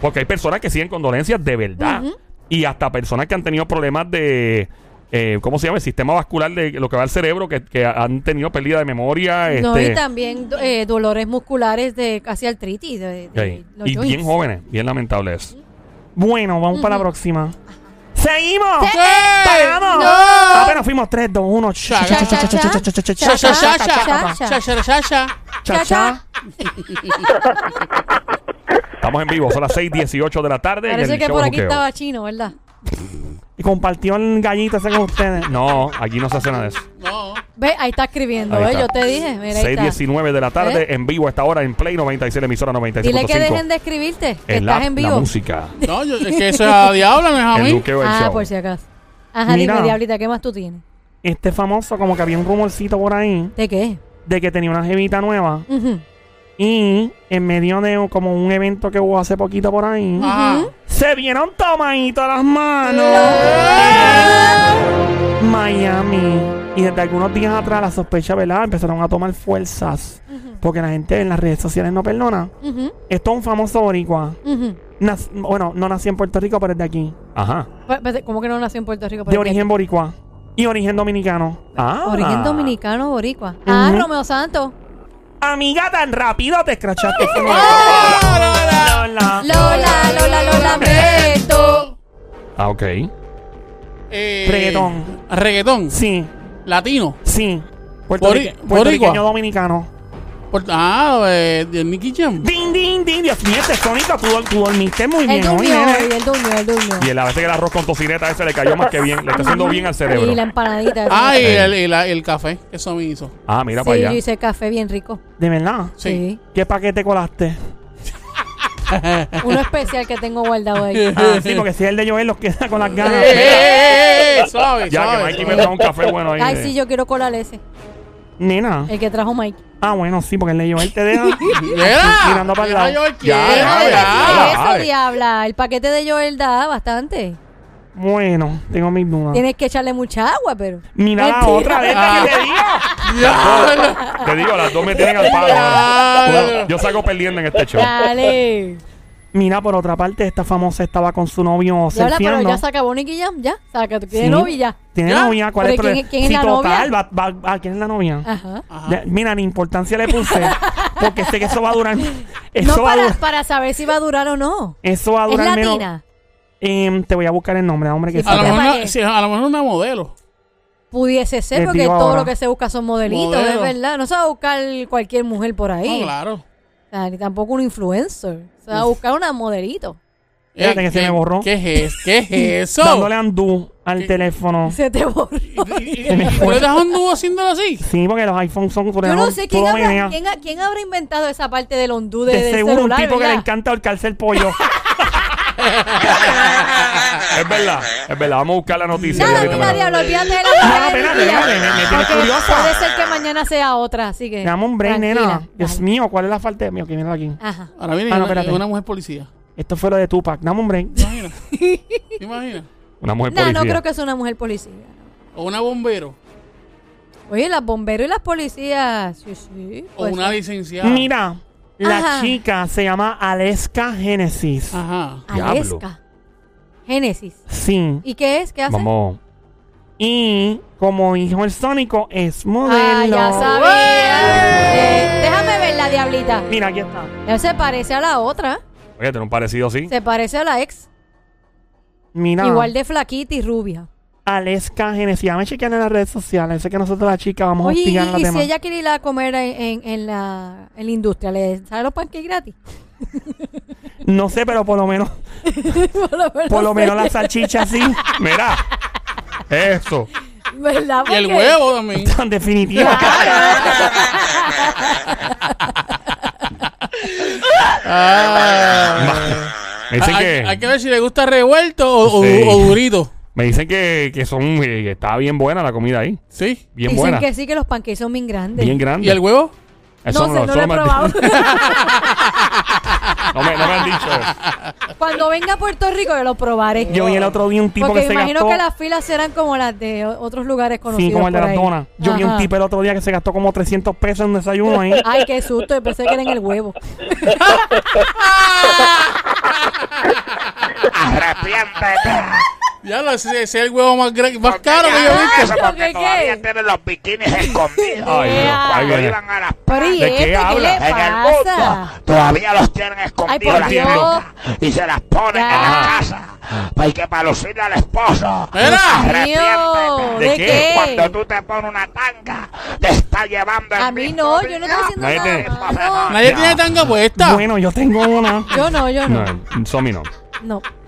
A: Porque hay personas que siguen con dolencias de verdad. Y hasta personas que han tenido problemas de. eh, ¿Cómo se llama? El sistema vascular de lo que va al cerebro, que, que han tenido pérdida de memoria.
C: No,
A: este,
C: y también do- eh, dolores musculares de casi artritis. De, de-
A: ahí.
C: los
A: Y bien
C: joints.
A: jóvenes, bien lamentable eso.
D: Bueno, vamos para la próxima. ¡Seguimos! ¡Paramos!
B: ¡No!
D: Apenas fuimos 3, 2, 1.
B: Cha,
C: Cha, cha, cha.
B: Sha, sha, sha,
C: Cha,
B: sha.
C: cha,
B: Sha,
C: cha.
B: sha, sha, sha.
C: Cha, cha.
A: Estamos en vivo, son las 6:18 de la tarde. en
C: Parece
A: el
C: que
A: show
C: por
A: de
C: aquí
A: Juqueo.
C: estaba chino, ¿verdad?
D: Y compartió el gallito ese
B: <laughs>
D: con ustedes.
A: No, aquí no se hace nada de eso.
B: No.
C: Ve, ahí está escribiendo,
A: Ahí
C: ¿eh?
A: está.
C: Yo te dije, mira, ahí está.
A: 6:19 de la tarde,
C: ¿Eh?
A: en vivo a esta hora en Play 96, la emisora 96.5.
C: Dile que dejen de escribirte, que
A: en la,
C: estás en
A: la
C: vivo.
A: música.
B: No, yo- es que eso es a Diabla, no es a
A: El
B: mí.
A: Luqueo del
C: Ah,
A: show.
C: por si acaso. Ajá,
D: Mira.
C: dime, diablita, ¿qué más tú tienes?
D: Este famoso, como que había un rumorcito por ahí
C: ¿De qué?
D: de que tenía una jevita nueva.
C: Ujú.
D: Y en medio de como un evento que hubo hace poquito por ahí,
B: Ajá.
D: se vieron tomaditos las manos. Miami. Y desde algunos días atrás la sospecha, ¿verdad? Empezaron a tomar fuerzas. Porque la gente en las redes sociales no perdona.
C: Ujú,
D: Esto es un famoso boricua.
C: ujú.
D: Nac- bueno, no nació en Puerto Rico, pero es de aquí.
A: Ajá.
C: Pa- pa- Pues, ¿Cómo que no nació en Puerto Rico?
D: De
C: Pero
D: origen boricua. Y origen dominicano.
A: Ah.
C: que- Origen dominicano, boricua. Ah,
D: Ujú.
C: Romeo Santos.
D: Amiga, tan rápido te escrachaste. con el- Lola.
C: Lola, Lola, lo lamento.
A: Ah, ok.
B: Eh,
D: Reggaetón.
B: Reggaetón.
D: Sí,
B: Latino.
D: sí. Puerto
B: Bori-
D: Rique-
B: boricua.
D: puertorriqueño dominicano.
B: Por- ah, eh, de Nicky Jam.
D: Din, din, din. Dios mío, este sónico, tú, dor- tú dormiste muy
C: El
D: bien. hoy,
C: duño,
D: nene.
C: el duño, el duño.
A: Y el, a veces que el arroz con tocineta ese le cayó más que bien. Le está haciendo bien al cerebro.
C: Y la empanadita. esa.
B: Ah, y
A: Eh.
B: el, y la- el café. Eso me hizo.
A: Ah, mira
C: sí,
A: para allá.
C: yo hice café bien rico.
D: De verdad.
B: Sí.
C: Sí.
D: ¿Qué paquete
B: <laughs>
D: colaste?
C: Uno especial que tengo
A: <laughs>
C: guardado ahí.
D: Ah, sí, porque si es el de Joel los queda con las
B: <laughs>
D: ganas.
B: Eh, eh, eh, eh, suave,
A: Ya que
B: suave,
A: Mikey me
B: suave.
A: trajo un café bueno ahí.
C: Ay,
A: eh.
C: sí, yo quiero colar ese.
D: Nena.
C: El que trajo Mike.
D: Ah, bueno, sí, porque el de Joel te deja.
B: <laughs>
A: Ah,
B: Mira,
D: Mirando para el
B: mira,
D: lado.
B: Joel,
A: Ya,
B: quiero,
A: ya,
B: ya.
A: ya.
C: Eso,
A: ay.
C: diabla. El paquete de Joel da bastante.
D: Bueno, tengo mis dudas.
C: Tienes que echarle mucha agua, pero.
D: Ah. Mira la
C: Mentira.
D: otra vez
B: Ah.
D: que te digo.
B: Diablo.
A: Te digo, las dos me tienen al palo.
B: Ya.
A: ahora. Yo salgo perdiendo en este show.
C: <laughs> Dale.
D: Mira, por otra parte, esta famosa estaba con su novio
C: Diabla, pero
D: surfeando.
C: ya se acabó Nicky Jam. Ya. Saca, tú tienes
D: Sí.
C: novia y ya.
D: Tiene
B: ¿Ya?
D: novia, ¿cuál es el
C: ¿Pero quién-
D: problema?
C: quién es
D: Sí,
C: la
D: total,
C: novia? Ah.
D: va- va- ah, ¿quién es la novia?
C: Ajá.
D: Ya, Mira, ni importancia le puse, porque sé que eso va a durar. Eso
C: no
D: va a
C: para,
D: durar.
C: para saber si va a durar o no.
D: Eso va a
C: Es
D: durar menos.
C: latina.
D: Em, te voy a buscar el nombre, hombre, que
C: Sí,
B: A lo
D: sabe.
C: ¿para
B: mejor
C: qué?
B: una- sí, a lo mejor una modelo.
C: Pudiese ser,
D: Les
C: porque
D: digo
C: todo
D: ahora.
C: lo que se busca son modelitos,
B: Modelo.
C: es verdad. No se va a buscar cualquier mujer por ahí.
B: No, claro.
C: O sea, ni tampoco un influencer. Se va a buscar una modelito.
D: Fíjate que se
B: Eh, ¿qué-
D: me borró.
B: ¿Qué es, qué
D: <laughs>
B: es eso?
D: dándole andú al teléfono.
C: Se te borró.
B: ¿Tú le das un nudo haciéndolo así?
D: Sí, porque los iPhones son.
C: Yo no sé quién habrá, quién, ha- quién habrá inventado esa parte del hondú de,
D: De
C: del
D: seguro
C: celular,
D: un tipo que le
C: ¿verdad?
D: encanta ahorcarse el pollo.
C: <laughs>
A: Es verdad, es verdad. Vamos a buscar la noticia.
C: Nada,
A: ya ahorita
C: mira,
A: me la-
C: diablo, olvídate de la
D: <laughs> Ah,
C: mujer de
D: espérate,
C: mi vida.
D: espérate, me- me tienes
C: Porque
D: curiosa.
C: Puede ser que mañana sea otra, así que.
D: Dame un break,
C: tranquila,
D: nena. Dios
C: dale.
D: mío, ¿cuál es la falta de mío? Que viene aquí.
C: Ajá.
B: Ahora viene
D: Ah, no,
B: una,
D: espérate.
B: una mujer policía.
D: Esto fue lo de Tupac. Dame un break.
B: ¿Te
D: <laughs>
B: imaginas? ¿Te imaginas?
A: Una mujer
C: No,
A: policía.
C: no creo que sea una mujer policía.
B: O una bombero.
C: Oye, las bomberos y las policías. Sí, sí.
B: O
C: pues,
B: una licenciada.
D: Mira, la
C: Ajá.
D: chica se llama Aleska Genesis.
B: Ajá.
A: Diablo.
C: Aleska. Génesis.
D: Sí.
C: ¿Y qué es? ¿Qué hace?
A: Vamos.
D: Y como dijo el Sónico, es
C: Ah,
D: modelo.
C: ya sabía. Eh, déjame ver la diablita.
D: Mira, aquí está.
C: Ya se parece a la otra.
A: Oye, tiene un parecido así.
C: Se parece a la ex.
D: Mira.
C: Igual de flaquita y rubia.
D: Aleska Genesis. Dame chequear en las redes sociales. Sé que nosotros las chicas vamos
C: Oye, y,
D: a hostigar a
C: y
D: la
C: si
D: demás.
C: ella quiere ir a comer en, en- en la, en la industria, ¿le sale los panques gratis? <laughs>
D: No sé, pero por lo menos,
C: por lo menos,
D: por lo menos
C: sí.
D: la
C: <laughs>
D: salchicha sí.
A: Mira. Eso.
C: ¿Verdad?
B: Y el
C: Porque-
B: huevo también.
D: Tan definitiva.
A: Ah. Me dicen
B: hay,
A: que,
B: hay que ver si le gusta revuelto o, o-
A: Sí.
B: o durito.
A: me dicen que, que son, eh, que está bien buena la comida ahí.
B: Sí.
A: Bien
C: Dicen
A: buena.
C: que sí, que los panqueques son bien grandes.
A: Bien grande.
B: ¿Y el huevo?
C: <laughs>
A: Eso
C: no sé, no
A: eso
C: lo he
A: me han
C: probado.
A: di- no, me, no me han dicho.
C: <laughs> Cuando venga a Puerto Rico yo lo probaré.
D: Yo vi el otro día un tipo
C: Porque
D: que se
C: me imagino
D: gastó.
C: que las filas eran como las de o- otros lugares conocidos.
D: Sí, como el de
C: por
D: las
C: ahí.
D: donas. Yo vi un
C: Ajá. Ah.
D: tipo el otro día que se gastó como 300 pesos en un desayuno ahí.
C: Ay, qué susto, yo pensé que era en el huevo.
I: Arrepiéntete.
B: Ya lo sé, ese es el huevo más, gra- más
I: Porque
B: caro que yo
I: ya-
B: he visto.
I: Eso porque
C: ¿Qué, qué?
I: todavía tienen los bikinis
C: <laughs>
I: escondidos.
A: Ay, Dios. Ay,
I: Cuando
A: Dios.
I: iban a las
C: Pero ¿y
A: ¿De qué
C: este qué,
A: habla?
C: le
I: en el mundo
C: pasa?
I: todavía los tienen escondidos
C: por
I: las
C: Dios.
I: chicas y se las ponen en la
C: Ya.
I: casa para que para lucir al esposo.
B: Mira,
I: Arrepiéntete.
C: Mío, ¿de
A: ¿De qué?
C: qué?
I: Cuando tú te pones una tanga, te está llevando el
C: A mí
I: mismo
C: no, yo no estoy haciendo
A: Nadie te-
C: nada malo.
B: nadie tiene tanga puesta.
D: <laughs> Bueno, yo tengo una.
C: Yo no, yo no. No.
A: No, Somi no.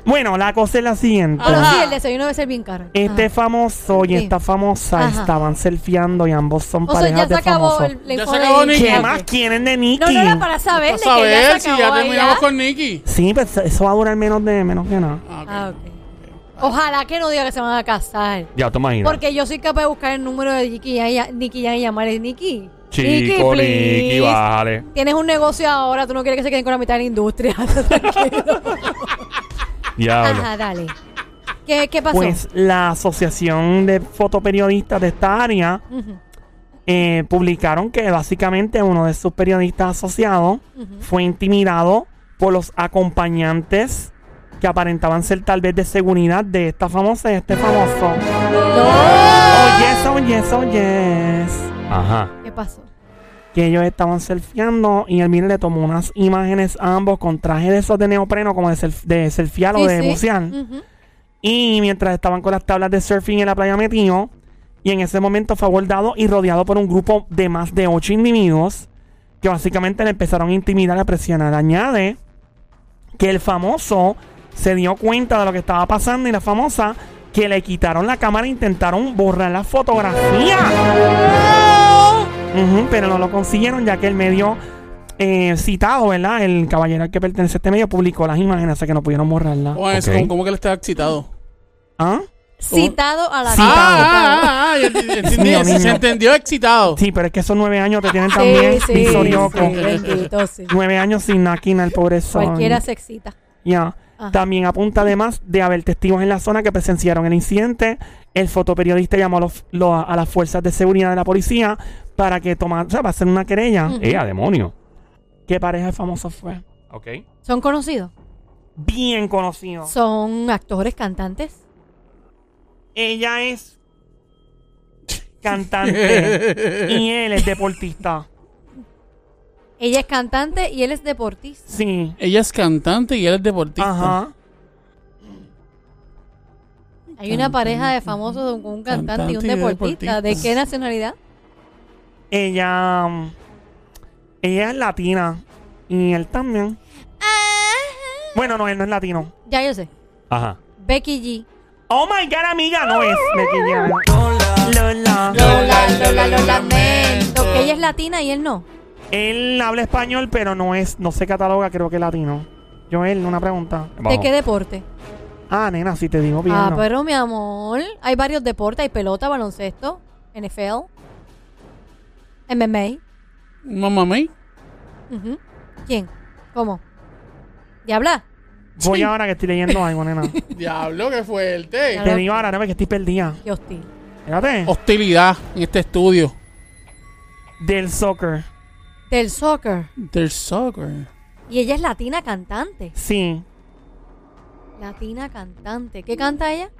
D: Bueno, la cosa es la siguiente.
C: Ahora
B: Ajá.
C: sí, el desayuno debe ser bien caro. Ah.
D: Este
C: Ajá.
D: famoso y
C: Sí.
D: esta famosa
C: Ajá.
D: estaban selfiando y ambos son
C: O sea,
D: parejas
C: ya se
D: de
C: acabó
D: famosos.
C: el el
B: Ya se
C: informe
B: acabó
C: de-
B: ni-
D: ¿Qué
B: Ok.
D: más quieren de Nicky?
C: No, no era para saberle
B: Vamos
C: que
B: a
C: ya
B: ver
C: se
B: si
C: acabó.
B: ya
C: ahí,
B: terminamos
C: ya.
B: con Nicky.
D: Sí, pues eso va a durar menos de menos que nada.
B: Ah, ok.
C: Ah, ok. Ojalá que no diga que se van a casar.
A: Ya, te imaginas.
C: Porque yo soy capaz de buscar el número de Nicky Jam y, Nicky Jam y llamarle Nicky.
A: Chico,
C: please.
A: Nicky, bájale.
C: Tienes un negocio ahora, tú no quieres que se queden con la mitad de la industria. <laughs> Tranquilo.
A: Diablo.
C: Ajá, dale. ¿Qué, qué pasó?
D: Pues la Asociación de Fotoperiodistas de esta área
C: Ujú.
D: eh, publicaron que básicamente uno de sus periodistas asociados fue intimidado por los acompañantes que aparentaban ser tal vez de seguridad de esta famosa y este famoso. Oh yes, oh yes, oh yes.
A: Ajá.
C: ¿Qué pasó?
D: Que ellos estaban surfeando y el Mir le tomó unas imágenes a ambos con trajes de esos de neopreno como de, surf, de surfear o
C: Sí,
D: de
C: sí.
D: bucear.
C: Ujú.
D: Y mientras estaban con las tablas de surfing en la playa metido, y en ese momento fue abordado y rodeado por un grupo de más de ocho individuos que básicamente le empezaron a intimidar, a presionar. Añade que el famoso se dio cuenta de lo que estaba pasando y la famosa que le quitaron la cámara e intentaron borrar la fotografía. Ujú, pero no lo consiguieron ya que el medio eh, citado, ¿verdad? El caballero al que pertenece a este medio publicó las imágenes, así que no pudieron borrarlas.
B: ¿Cómo, es-
A: Ok.
B: cómo- cómo que le está excitado?
D: ¿Ah?
C: Citado a la
B: Ah,
D: Citado.
B: ah, ah, ah, ya ent- entendí,
D: mío,
B: se, se
D: niño.
B: entendió excitado.
D: Sí, pero es que esos nueve años te tienen
C: Sí,
D: también
C: sí,
D: visorioco.
C: sí, bendito, sí.
D: Nueve años sin máquina, el pobre sol.
C: Cualquiera se excita.
D: Ya.
C: Ajá.
D: También apunta además de haber testigos en la zona que presenciaron el incidente. El fotoperiodista llamó a, los- lo- a las fuerzas de seguridad de la policía para que tomar, o sea, para hacer una querella.
C: Mm.
A: Ea, demonio.
D: ¿Qué pareja de famosos fue?
A: Ok.
C: ¿Son conocidos?
D: Bien conocido.
C: ¿Son actores, cantantes?
D: Ella es
B: <laughs>
D: cantante y él es deportista.
C: Ella es cantante y él es deportista.
D: Sí.
B: Ella es cantante y él es deportista.
D: Ajá.
C: Hay una pareja de famosos con un cantante y un
B: Cantante y
C: deportista. ¿De
B: deportista.
C: qué nacionalidad?
D: Ella. mm, Ella es latina. Y él también. Bueno, no, él no es latino.
C: Ya yo sé.
A: Ajá.
C: Becky G.
D: Oh my god, amiga, no es. Becky G. Lola.
B: Lola, Lola, lo lamento.
C: Que ella es latina y él no.
D: Él habla español, pero no es. No se cataloga, creo que es latino. Joel, una pregunta.
C: ¿De
A: Vamos.
C: qué deporte?
D: Ah, nena, si te digo bien.
C: Ah,
D: no.
C: pero mi amor, hay varios deportes, hay pelota, baloncesto, NFL, MMA.
B: Mamá mía.
C: Ujú. ¿Quién? ¿Cómo? ¿Diabla?
D: Voy ahora que estoy leyendo algo, nena.
B: Diablo, qué fuerte.
D: te digo ahora, nena, que estoy perdida.
C: Qué hostil.
D: Fíjate.
B: Oh. Hostilidad en este estudio.
D: Del soccer.
C: Del soccer.
B: There's soccer.
C: Y ella es latina cantante.
D: Sí.
C: Latina cantante. ¿Qué canta ella?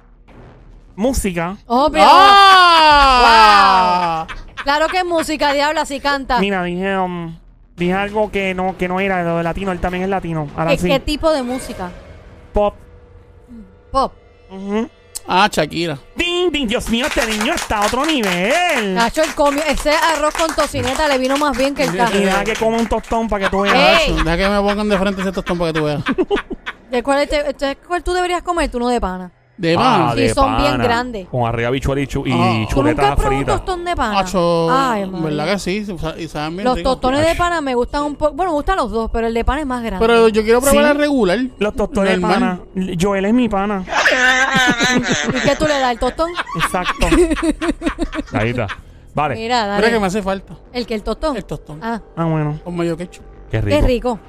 D: Música.
C: Oh, pero-
B: ¡Ah!
C: Claro que es música, diabla, si canta.
D: Mira, dije, um, dije algo que no, que no era lo de latino. Él también es latino. Ahora
C: ¿Qué,
D: sí.
C: qué tipo de música?
D: Pop.
C: Pop.
D: Ujú.
B: Ah, Shakira.
D: Ding, ding. Dios mío, este niño está a otro nivel.
C: Nacho, el comio, ese arroz con tocineta le vino más bien que el
D: Y
C: café.
D: deja que come un tostón para que tú veas.
C: ¡Ey!
B: Deja que me pongan de frente ese tostón para que tú veas.
C: ¿De cuál, te- te- cuál tú deberías comer? Tú no de pana.
B: De
A: Ah,
B: pan.
C: Sí,
A: de
C: son bien
A: pana.
C: grandes.
A: Con arriba bichuela y, chu- y
B: Ah.
C: ¿Tú nunca has
A: chuleta
C: probado un
A: frita.
C: tostón de pana?
B: Acho,
C: Ay, madre.
B: ¿Verdad que sí? Sa- Y saben bien
C: Los
B: rico.
C: tostones de pana me gustan un poco. Bueno, me gustan los dos, pero el de pana es más grande.
B: Pero yo quiero probar
D: Sí.
B: la regular.
D: Los tostones de
B: Normal.
D: pana. Joel es mi pana.
C: ¿Y qué tú le das
B: <laughs>
C: el tostón? <laughs>
D: Exacto.
A: Ahí está. Vale.
C: Mira, dale.
B: Mira que me hace falta
C: ¿El que el tostón?
B: el tostón
C: Ah,
D: Ah, bueno.
B: con mayo ketchup.
A: Qué rico.
C: qué rico.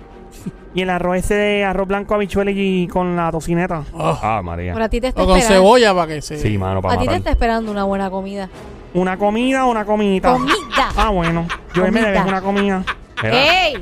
D: Y el arroz ese de arroz blanco, habichuela y con la tocineta.
A: Ah, María.
C: Pero a ti te está
B: O con
C: esperando.
B: cebolla para que se...
A: Sí, mano, para
C: A ti te está
A: matar.
C: esperando una buena comida.
D: Una comida, una comidita.
C: ¡Comida!
D: Ah, bueno. Joel me
C: Comida.
D: debes una comida.
A: Mira,
C: ¡Ey!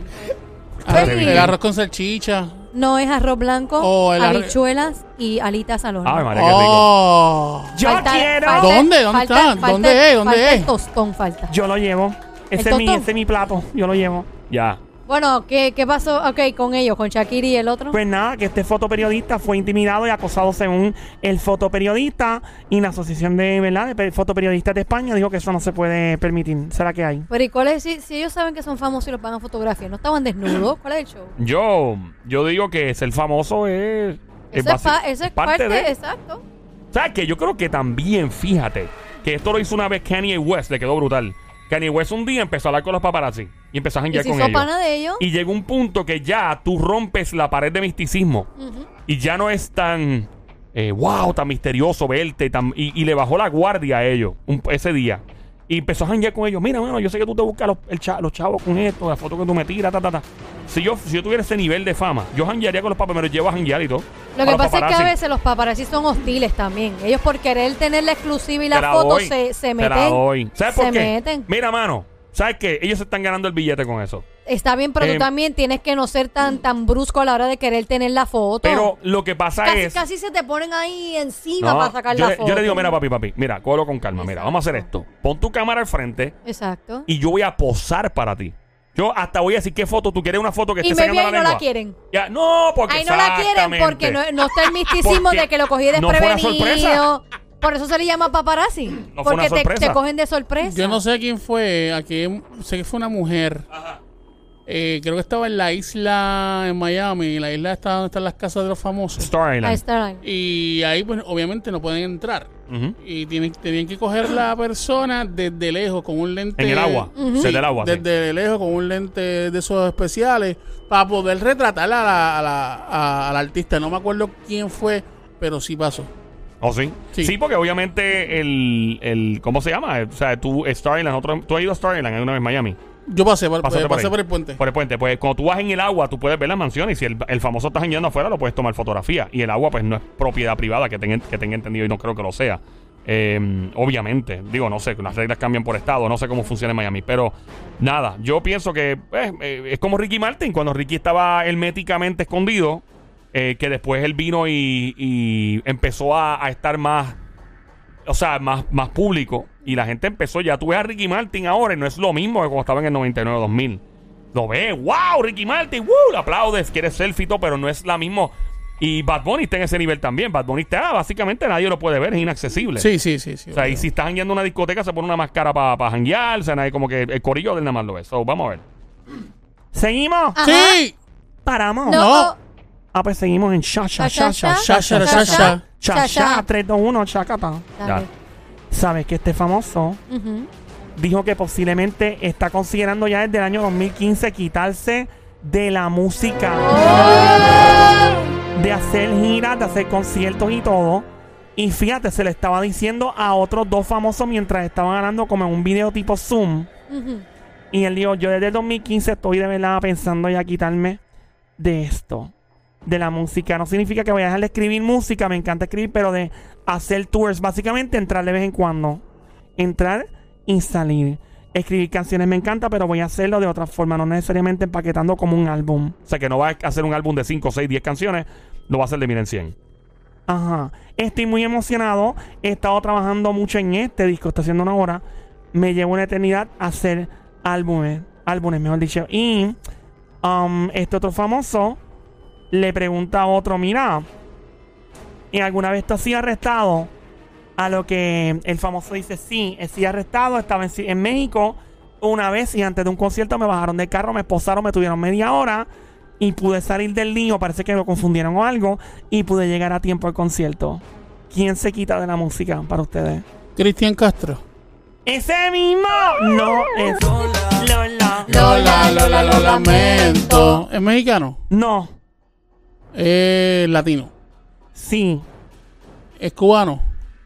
B: Ah,
A: Qué
B: el
A: rico.
B: arroz con salchicha.
C: No es arroz blanco,
B: Oh, el arroz-
C: habichuelas y alitas al horno.
A: Ay, Ah, María, qué rico.
B: Oh.
D: Yo quiero.
B: ¿Dónde? ¿Dónde está? ¿Dónde
C: falta-
B: es? ¿Dónde
C: falta el
B: es?
C: tostón falta.
D: Yo lo llevo. Ese es,
C: ¿El
D: mi,
C: tostón?
D: ese es mi plato. Yo lo llevo.
A: Ya.
C: Bueno, ¿qué, ¿qué pasó? Ok, con ellos, con Shakira y el otro.
D: Pues nada, que este fotoperiodista fue intimidado y acosado según el fotoperiodista y la Asociación de, ¿verdad? de pe- Fotoperiodistas de España dijo que eso no se puede permitir. ¿Será que hay?
C: Pero ¿y cuál es? Si, si ellos saben que son famosos y los van a fotografiar, ¿no estaban desnudos? ¿Cuál es el show?
A: Yo, yo digo que ser famoso es.
C: Eso es,
A: basi-
C: pa- eso es parte,
A: de-
C: exacto.
A: ¿Sabes qué? Yo creo que también, fíjate, que esto lo hizo una vez Kanye West, le quedó brutal. Kanye West un día empezó a hablar con los paparazzi y empezó a
C: Y
A: janguear
C: si
A: con
C: son
A: ellos.
C: pana de ellos,
A: Y llegó un punto que ya tú rompes la pared de misticismo
C: ujú,
A: y ya no es tan, eh, wow, tan misterioso verte tan- y, y le bajó la guardia a ellos un- ese día. Y empezó a janguear con ellos. Mira, mano, yo sé que tú te buscas los, el cha- los chavos con esto, la foto que tú me tiras, ta, ta, ta. Si yo, si yo tuviera ese nivel de fama, yo janguearía con los papás, me los llevo a janguear y todo.
C: Lo
A: Con
C: que
A: los
C: pasa es que a
A: paparazzi.
C: veces los paparazzi son hostiles también. Ellos por querer tener la exclusiva y la,
A: Te la
C: foto
A: doy,
C: se, se
A: te
C: meten.
A: la doy. ¿Sabes
C: se
A: por qué?
C: meten.
A: Mira, mano. ¿Sabes qué? Ellos se están ganando el billete con eso.
C: Está bien, pero
A: Eh,
C: tú también tienes que no ser tan tan brusco a la hora de querer tener la foto.
A: Pero lo que pasa
C: casi,
A: es.
C: casi se te ponen ahí encima
A: No,
C: para sacar
A: yo,
C: la
A: le,
C: foto.
A: yo le digo, mira, papi, papi, mira, cógelo con calma. Mira,
C: Exacto.
A: vamos a hacer esto. Pon tu cámara al frente
C: Exacto.
A: y yo voy a posar para ti. Yo hasta voy a decir qué foto tú quieres, una foto que
C: Y
A: esté
C: me
A: sacando
C: vi
A: la
C: ahí no la
A: lengua?
C: quieren.
A: Ya, no, porque
C: Ahí no la quieren porque no, no está el misticismo
A: Porque
C: de que lo cogí
A: no fue una sorpresa.
C: desprevenido. Por eso se le llama paparazzi.
A: fue una
C: porque te,
A: sorpresa.
C: te cogen de sorpresa.
B: Yo no sé quién fue, a quién, sé que fue una mujer. Eh, creo que estaba en la isla, en Miami, la isla está donde están las casas de los famosos.
A: Star
C: Ahí
A: Island.
C: está.
B: Y ahí, pues, obviamente no pueden entrar.
A: Ujú.
B: Y tienen, tenían que coger la persona desde lejos con un lente.
A: En el agua.
B: Sí,
A: Desde el agua. sí.
B: Desde lejos con un lente de esos especiales para poder retratar a la, a la- a- al artista. No me acuerdo quién fue, pero sí pasó.
A: ¿O ¿Oh, sí? sí?
B: Sí.
A: porque obviamente el, el. ¿Cómo se llama? O sea, tú, Star Island, otro, tú has ido a Star Island alguna vez en Miami.
B: Yo pasé, por, eh,
A: Pásate por
B: pasé
A: ahí.
B: por el puente.
A: Por el puente, pues cuando tú vas en el agua, tú puedes ver las mansiones y si el, el famoso está jangueando afuera, lo puedes tomar fotografía. Y el agua, pues no es propiedad privada, que tenga, que tenga entendido y no creo que lo sea. Eh, obviamente, digo, no sé, las reglas cambian por estado, no sé cómo funciona en Miami, pero nada, yo pienso que eh, eh, es como Ricky Martin, cuando Ricky estaba herméticamente escondido, eh, que después él vino y, y empezó a- a estar más o sea, más, más público. Y la gente empezó ya. Tú ves a Ricky Martin ahora y no es lo mismo que cuando estaba en el 99-2000. Lo ves, wow, Ricky Martin, wow, le aplaudes, quieres selfie, y todo, pero no es la misma. Y Bad Bunny está en ese nivel también. Bad Bunny está, básicamente nadie lo puede ver, es inaccesible.
B: Sí, sí, sí. sí
A: O sea, y si estás jangueando en una discoteca, se pone una máscara para janguear. O sea, nadie como que el corillo del nada más lo es. So, vamos a ver.
D: ¿Seguimos?
C: Ajá.
B: Sí.
D: Paramos.
C: No.
B: No.
C: oh,
D: Ah, pues seguimos en cha cha cha cha cha
B: cha, cha, cha, cha.
D: cha cha
C: cha.
D: 321 chacata.
C: Dale.
D: Sabes que este famoso
C: Ujú.
D: dijo que posiblemente está considerando ya desde el año 2015 quitarse de la música,
C: ¡Oh!
D: de hacer giras, de hacer conciertos y todo. Y fíjate, se le estaba diciendo a otros dos famosos mientras estaban hablando como en un video tipo Zoom.
C: Ujú.
D: Y él dijo, yo desde el 2015 estoy de verdad pensando ya quitarme de esto, de la música. No significa que voy a dejar de escribir música, me encanta escribir, pero de hacer tours, básicamente entrar de vez en cuando. Entrar y salir. Escribir canciones me encanta, pero voy a hacerlo de otra forma, no necesariamente empaquetando como un álbum.
A: O sea, que no va a hacer un álbum de 5, 6, 10 canciones, lo va a hacer de mil en 100.
D: Ajá. Estoy muy emocionado. He estado trabajando mucho en este disco. Está haciendo una hora. Me llevo una eternidad hacer álbumes. Álbumes, mejor dicho. Y um, este otro famoso le pregunta a otro, mira, ¿y alguna vez tú has sido arrestado? A lo que el famoso dice, sí, he sido arrestado, estaba en, en México una vez y antes de un concierto me bajaron del carro, me esposaron, me tuvieron media hora y pude salir del lío, parece que lo confundieron o algo, y pude llegar a tiempo al concierto. ¿Quién se quita de la música para ustedes?
B: Cristian Castro.
D: ¡Ese mismo! No es Lola.
B: Lola, Lola, lo lamento. ¿Es mexicano?
D: No,
B: ¿Es latino?
D: sí,
B: ¿Es cubano?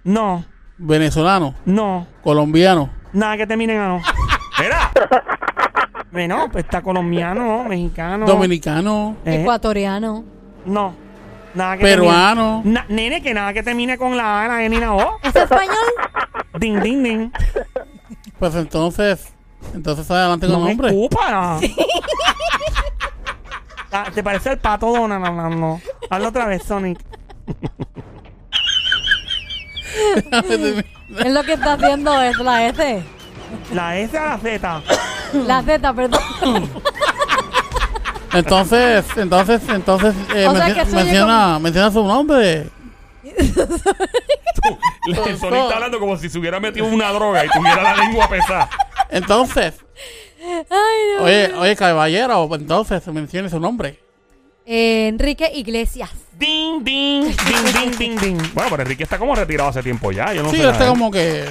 D: no,
B: ¿Venezolano?
D: no.
B: ¿Colombiano?
D: Nada que termine en ano.
A: Mira,
D: Bueno, pues está colombiano, mexicano.
B: ¿Dominicano?
D: eh,
C: Ecuatoriano.
D: no, nada que
B: ¿Peruano?
D: termine. Na- nene, que nada que termine con la Ana, eh, ni la O.
C: ¿Es español?
D: Ding, ding, ding.
B: Pues entonces, entonces adelante con
D: No
B: el
D: me
B: nombre. <laughs>
D: escupa. Ah, ¿Te parece el pato Donald hablando? Hazlo otra vez, Sonic.
C: Es lo que está haciendo es la S.
D: La S a la Z.
C: La
A: <coughs>
C: Z, perdón.
B: Entonces, entonces, entonces, eh,
C: O sea
B: menci-
C: que soy
B: menciona, menciona su nombre.
A: el Sonic está hablando como si se hubiera metido una droga y tuviera la lengua pesada.
B: Entonces,
C: Ay, Dios.
B: oye, oye, caballero, entonces mencione su nombre.
C: Eh, Enrique Iglesias.
D: Ding, ding, ding, ding, ding, ding.
A: Bueno, pero Enrique está como retirado hace tiempo ya. Yo no
B: Sí,
A: sé. eh.
B: está
A: nada.
B: como que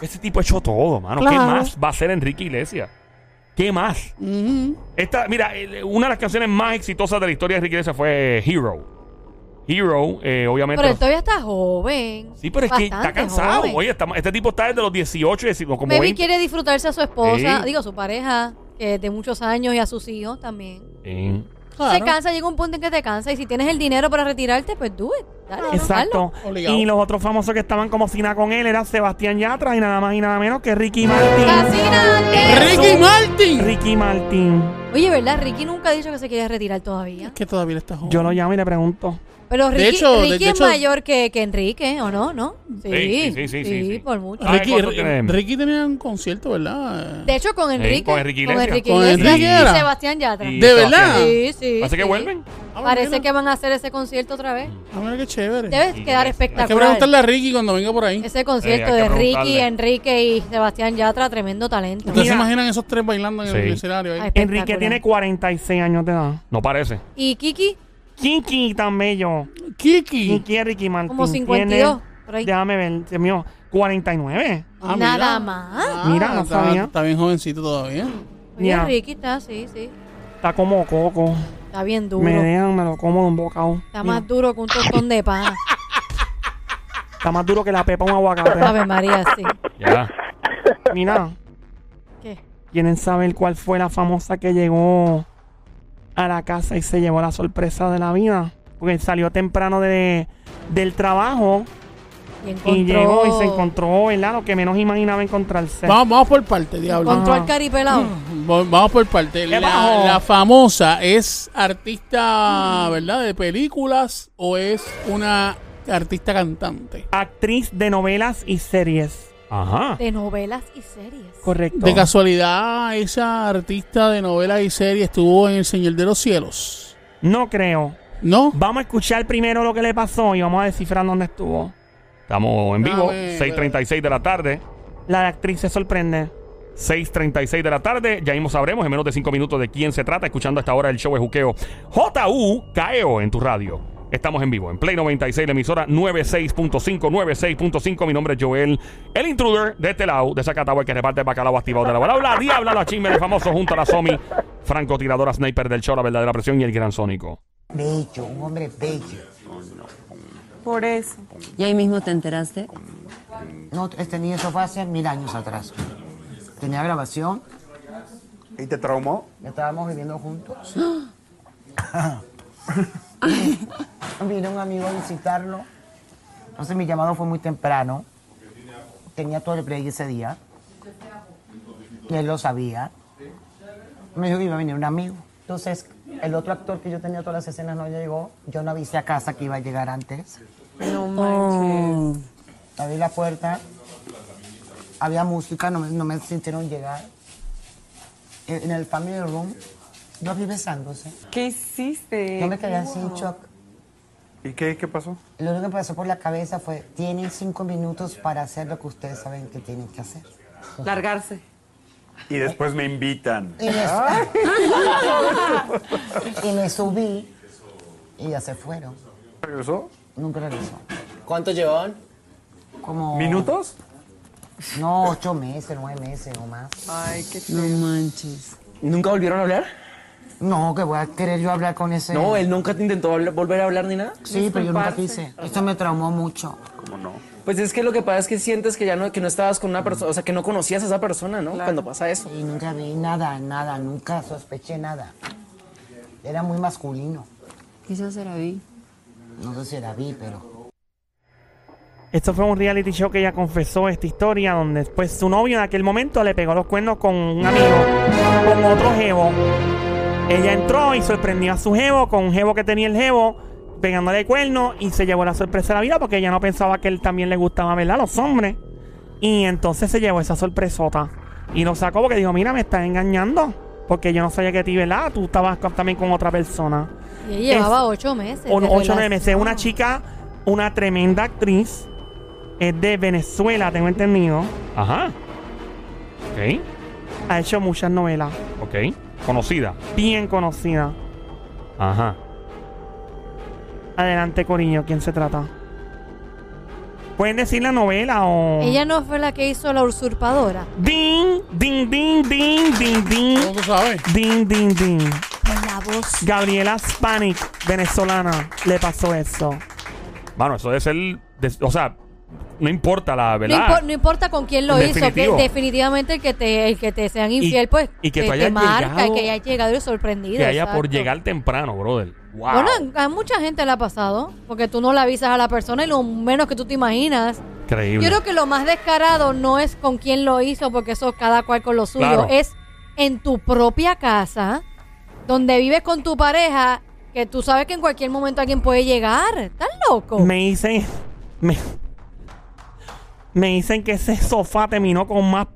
A: Ese tipo ha hecho todo, mano. ¿Qué
B: Claro.
A: más va a ser Enrique Iglesias? ¿Qué más?
B: ujú,
A: Esta, mira, el- una de las canciones más exitosas de la historia de Enrique Iglesias fue Hero. Hero, eh, obviamente.
C: Pero él todavía está joven.
A: sí, pero es que está
C: Bastante
A: cansado.
C: joven.
A: Oye, está- este tipo está desde los 18, 19, como
C: Maybe
A: 20.
C: quiere disfrutarse a su esposa,
A: Sí.
C: digo, su pareja, que es de muchos años y a sus hijos también.
A: Sí.
B: claro.
C: Se cansa, llega un punto en que te cansa y si tienes el dinero para retirarte, pues do it. Dale, hazlo.
D: Exacto.
B: Obligado.
D: Y los otros famosos que estaban como si nada con él era Sebastián Yatra y nada más y nada menos que Ricky Martin.
C: Casi dale.
B: Ricky Martin.
D: Ricky Martin.
C: Oye, ¿verdad? Ricky nunca ha dicho que se quiere retirar todavía.
B: Que todavía está joven.
D: Yo lo llamo y le pregunto.
C: Pero
B: De
C: Ricky,
B: hecho, de-
C: Ricky
B: de
C: es
B: hecho-
C: mayor que, que Enrique, ¿o no? ¿No?
A: Sí,
C: Sí,
A: sí, sí, sí, sí, sí.
C: por mucho.
A: Ah,
B: Ricky,
A: ¿cuánto tiene?
B: Ricky tenía un concierto, ¿verdad?
C: De hecho, con Enrique.
A: con Enrique
C: con
A: Iglesias.
C: Enrique
B: Con
C: Iglesias
B: Enrique era.
C: y Sebastián Yatra.
A: Y
B: ¿De
A: Sebastián.
B: verdad?
C: Sí, sí.
A: Parece que
C: sí.
A: vuelven.
B: Ah,
C: Parece
B: mira.
C: que van a hacer ese concierto otra vez.
B: Ah, mira qué chévere.
C: Debe
A: Iglesias.
C: quedar
B: Hay que
C: espectacular.
B: preguntarle a Ricky cuando venga por ahí.
C: Ese concierto
A: Sí, Eh, hay que
C: de Ricky,
A: preguntarle.
C: Enrique y Sebastián Yatra, tremendo talento.
B: ¿Ustedes se
D: Mira.
B: imaginan esos tres bailando en
A: Sí.
B: el escenario ahí?
C: Ay,
D: Enrique
C: espectacular.
D: tiene 46 años de edad.
A: No parece.
C: Y Kiki,
D: Kinky tan bello.
B: Kiki.
D: Kinky es Ricky Martin.
C: como
D: Tiene-
C: 52. Por ahí.
D: Déjame ver, Dios mío. 49.
B: Ah,
C: Nada más.
D: Mira, no
B: está,
D: sabía.
B: está bien jovencito todavía.
C: Oye,
D: Ya.
C: Ricky está, sí, sí.
D: Está como coco.
C: Está bien duro.
D: Me dejan, me lo como de un bocado.
C: Está más duro que un tostón de
D: <laughs>
C: pan.
D: Está más duro que la pepa de un
C: <laughs>
D: aguacate.
C: Ave María, sí.
A: Ya.
D: Mira,
C: ¿Qué?
D: ¿quieren saber cuál fue la famosa que llegó a la casa y se llevó la sorpresa de la vida? Porque salió temprano de, del trabajo
C: Y encontró,
D: y llegó y se encontró, ¿verdad? Lo que menos imaginaba encontrarse.
B: Vamos, vamos por parte, diablo.
C: encontró
D: Ajá.
C: al
D: <laughs>
C: caripelado.
B: Va- Vamos por parte. La,
D: bajo?
B: la famosa es artista, ¿verdad? De películas o es una artista cantante.
D: Actriz de novelas y series.
A: Ajá.
C: De novelas y series.
D: Correcto.
B: De casualidad, esa artista de novelas y series estuvo en El Señor de los Cielos.
D: No creo.
B: ¿No?
D: Vamos a escuchar primero lo que le pasó y vamos a descifrar dónde estuvo.
A: Estamos en vivo.
B: Dame,
A: 6.36 de la tarde.
D: La de actriz se sorprende.
A: 6.36 de la tarde. Ya mismo sabremos en menos de 5 minutos de quién se trata. Escuchando hasta ahora el show de Juqueo. J.U.K.E.O. E en tu radio. Estamos en vivo en Play 96, la emisora 96.5, 96.5. Mi nombre es Joel, el intruder de este lado, de Zacatau, el que reparte el bacalao activado de la bola. La diabla, la chisme de famoso junto a la Somi, francotiradora sniper del show, la verdadera presión y el gran sónico.
J: Bello, un hombre bello.
K: Por eso.
L: ¿Y ahí mismo te enteraste?
J: No, este niño eso fue hace mil años atrás. Tenía grabación,
M: ¿Y te traumó?
J: estábamos viviendo
K: <gasps>
J: juntos.
K: ¡Ah!
J: <laughs> Vino un amigo a visitarlo. Entonces mi llamado fue muy temprano. Tenía todo el play ese día. Y él lo sabía. Me dijo que iba a venir un amigo. Entonces, el otro actor que yo tenía todas las escenas no llegó. Yo no avisé a casa que iba a llegar antes.
K: No manches.
J: Abrí la puerta. Había música, no me, no me sintieron llegar. En en el family room, los vi besándose.
K: ¿Qué hiciste?
J: Yo me quedé así en shock.
M: ¿Y qué, qué pasó?
J: Lo único que me pasó por la cabeza fue, tienen cinco minutos para hacer lo que ustedes saben que tienen que hacer.
K: Largarse.
M: Y después me invitan.
J: Y me,
N: Ah.
J: <laughs> y me subí y ya se fueron.
M: ¿Regresó?
J: Nunca regresó.
N: ¿Cuánto llevaban?
J: Como...
N: ¿Minutos?
J: No, ocho meses, nueve meses o más.
K: Ay, qué
J: No manches.
N: ¿Nunca volvieron a hablar?
J: No, que voy a querer yo hablar con ese.
N: No, él nunca te intentó habl- volver a hablar ni nada.
J: Sí, pero yo nunca quise. Esto me traumó mucho.
N: ¿Cómo no? Pues es que lo que pasa es que sientes que ya no, que no estabas con una persona, o sea, que no conocías a esa persona, ¿no? Cuando pasa eso.
J: Y nunca vi nada, nada, nunca sospeché nada. Era muy masculino.
L: Quizás era vi.
J: No sé si era vi, pero.
D: Esto fue un reality show que ella confesó esta historia, donde después su novio en aquel momento le pegó los cuernos con un amigo, con otro jevo. Ella entró y sorprendió a su jevo con un jevo que tenía el jevo, pegándole cuernos y se llevó la sorpresa de la vida porque ella no pensaba que él también le gustaba, ¿verdad? Los hombres. Y entonces se llevó esa sorpresota y lo sacó porque dijo: Mira, me estás engañando. Porque yo no sabía que a ti, ¿verdad? Tú estabas con- también con otra persona.
C: Y ella llevaba ocho meses.
D: O no,
C: Este, de
D: ocho o nueve
C: relación.
D: meses. Una chica, una tremenda actriz. Es de Venezuela, tengo entendido.
A: Ajá. Ok,
D: Ha hecho muchas novelas.
A: ok. Conocida.
D: Bien conocida.
A: Ajá.
D: Adelante, Coriño, ¿quién se trata? ¿Pueden decir la novela o.?
C: Ella no fue la que hizo la usurpadora.
D: Ding, ding, ding, ding, ding, ding.
B: ¿Cómo tú sabes?
D: Ding, ding, ding.
C: Con la voz.
D: Gabriela Spanik, venezolana, le pasó eso.
A: Bueno, eso debe ser. de- o sea, no importa la
C: No,
A: verdad.
C: impo- no importa con quién lo hizo,
A: Definitivo.
C: que definitivamente el que te, el que te sean infiel, pues
A: y que
C: te,
A: tú hayas
C: te marca,
A: llegado-
C: que hayas llegado y sorprendido.
A: que haya por
C: exacto.
A: llegar temprano, brother. Wow.
C: Bueno, a mucha gente le ha pasado, porque tú no le avisas a la persona y lo menos que tú te imaginas. Yo
A: Increíble.
C: creo que lo más descarado no es con quién lo hizo, porque eso cada cual con lo suyo.
A: Claro.
C: Es en tu propia casa, donde vives con tu pareja, que tú sabes que en cualquier momento alguien puede llegar. ¿Estás loco?
D: Me dicen. Me, me dicen que ese sofá terminó con más.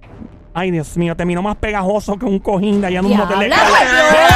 D: Ay, Dios mío, terminó más pegajoso que un cojín de allá en un motel de
C: Diabla,
D: Cali.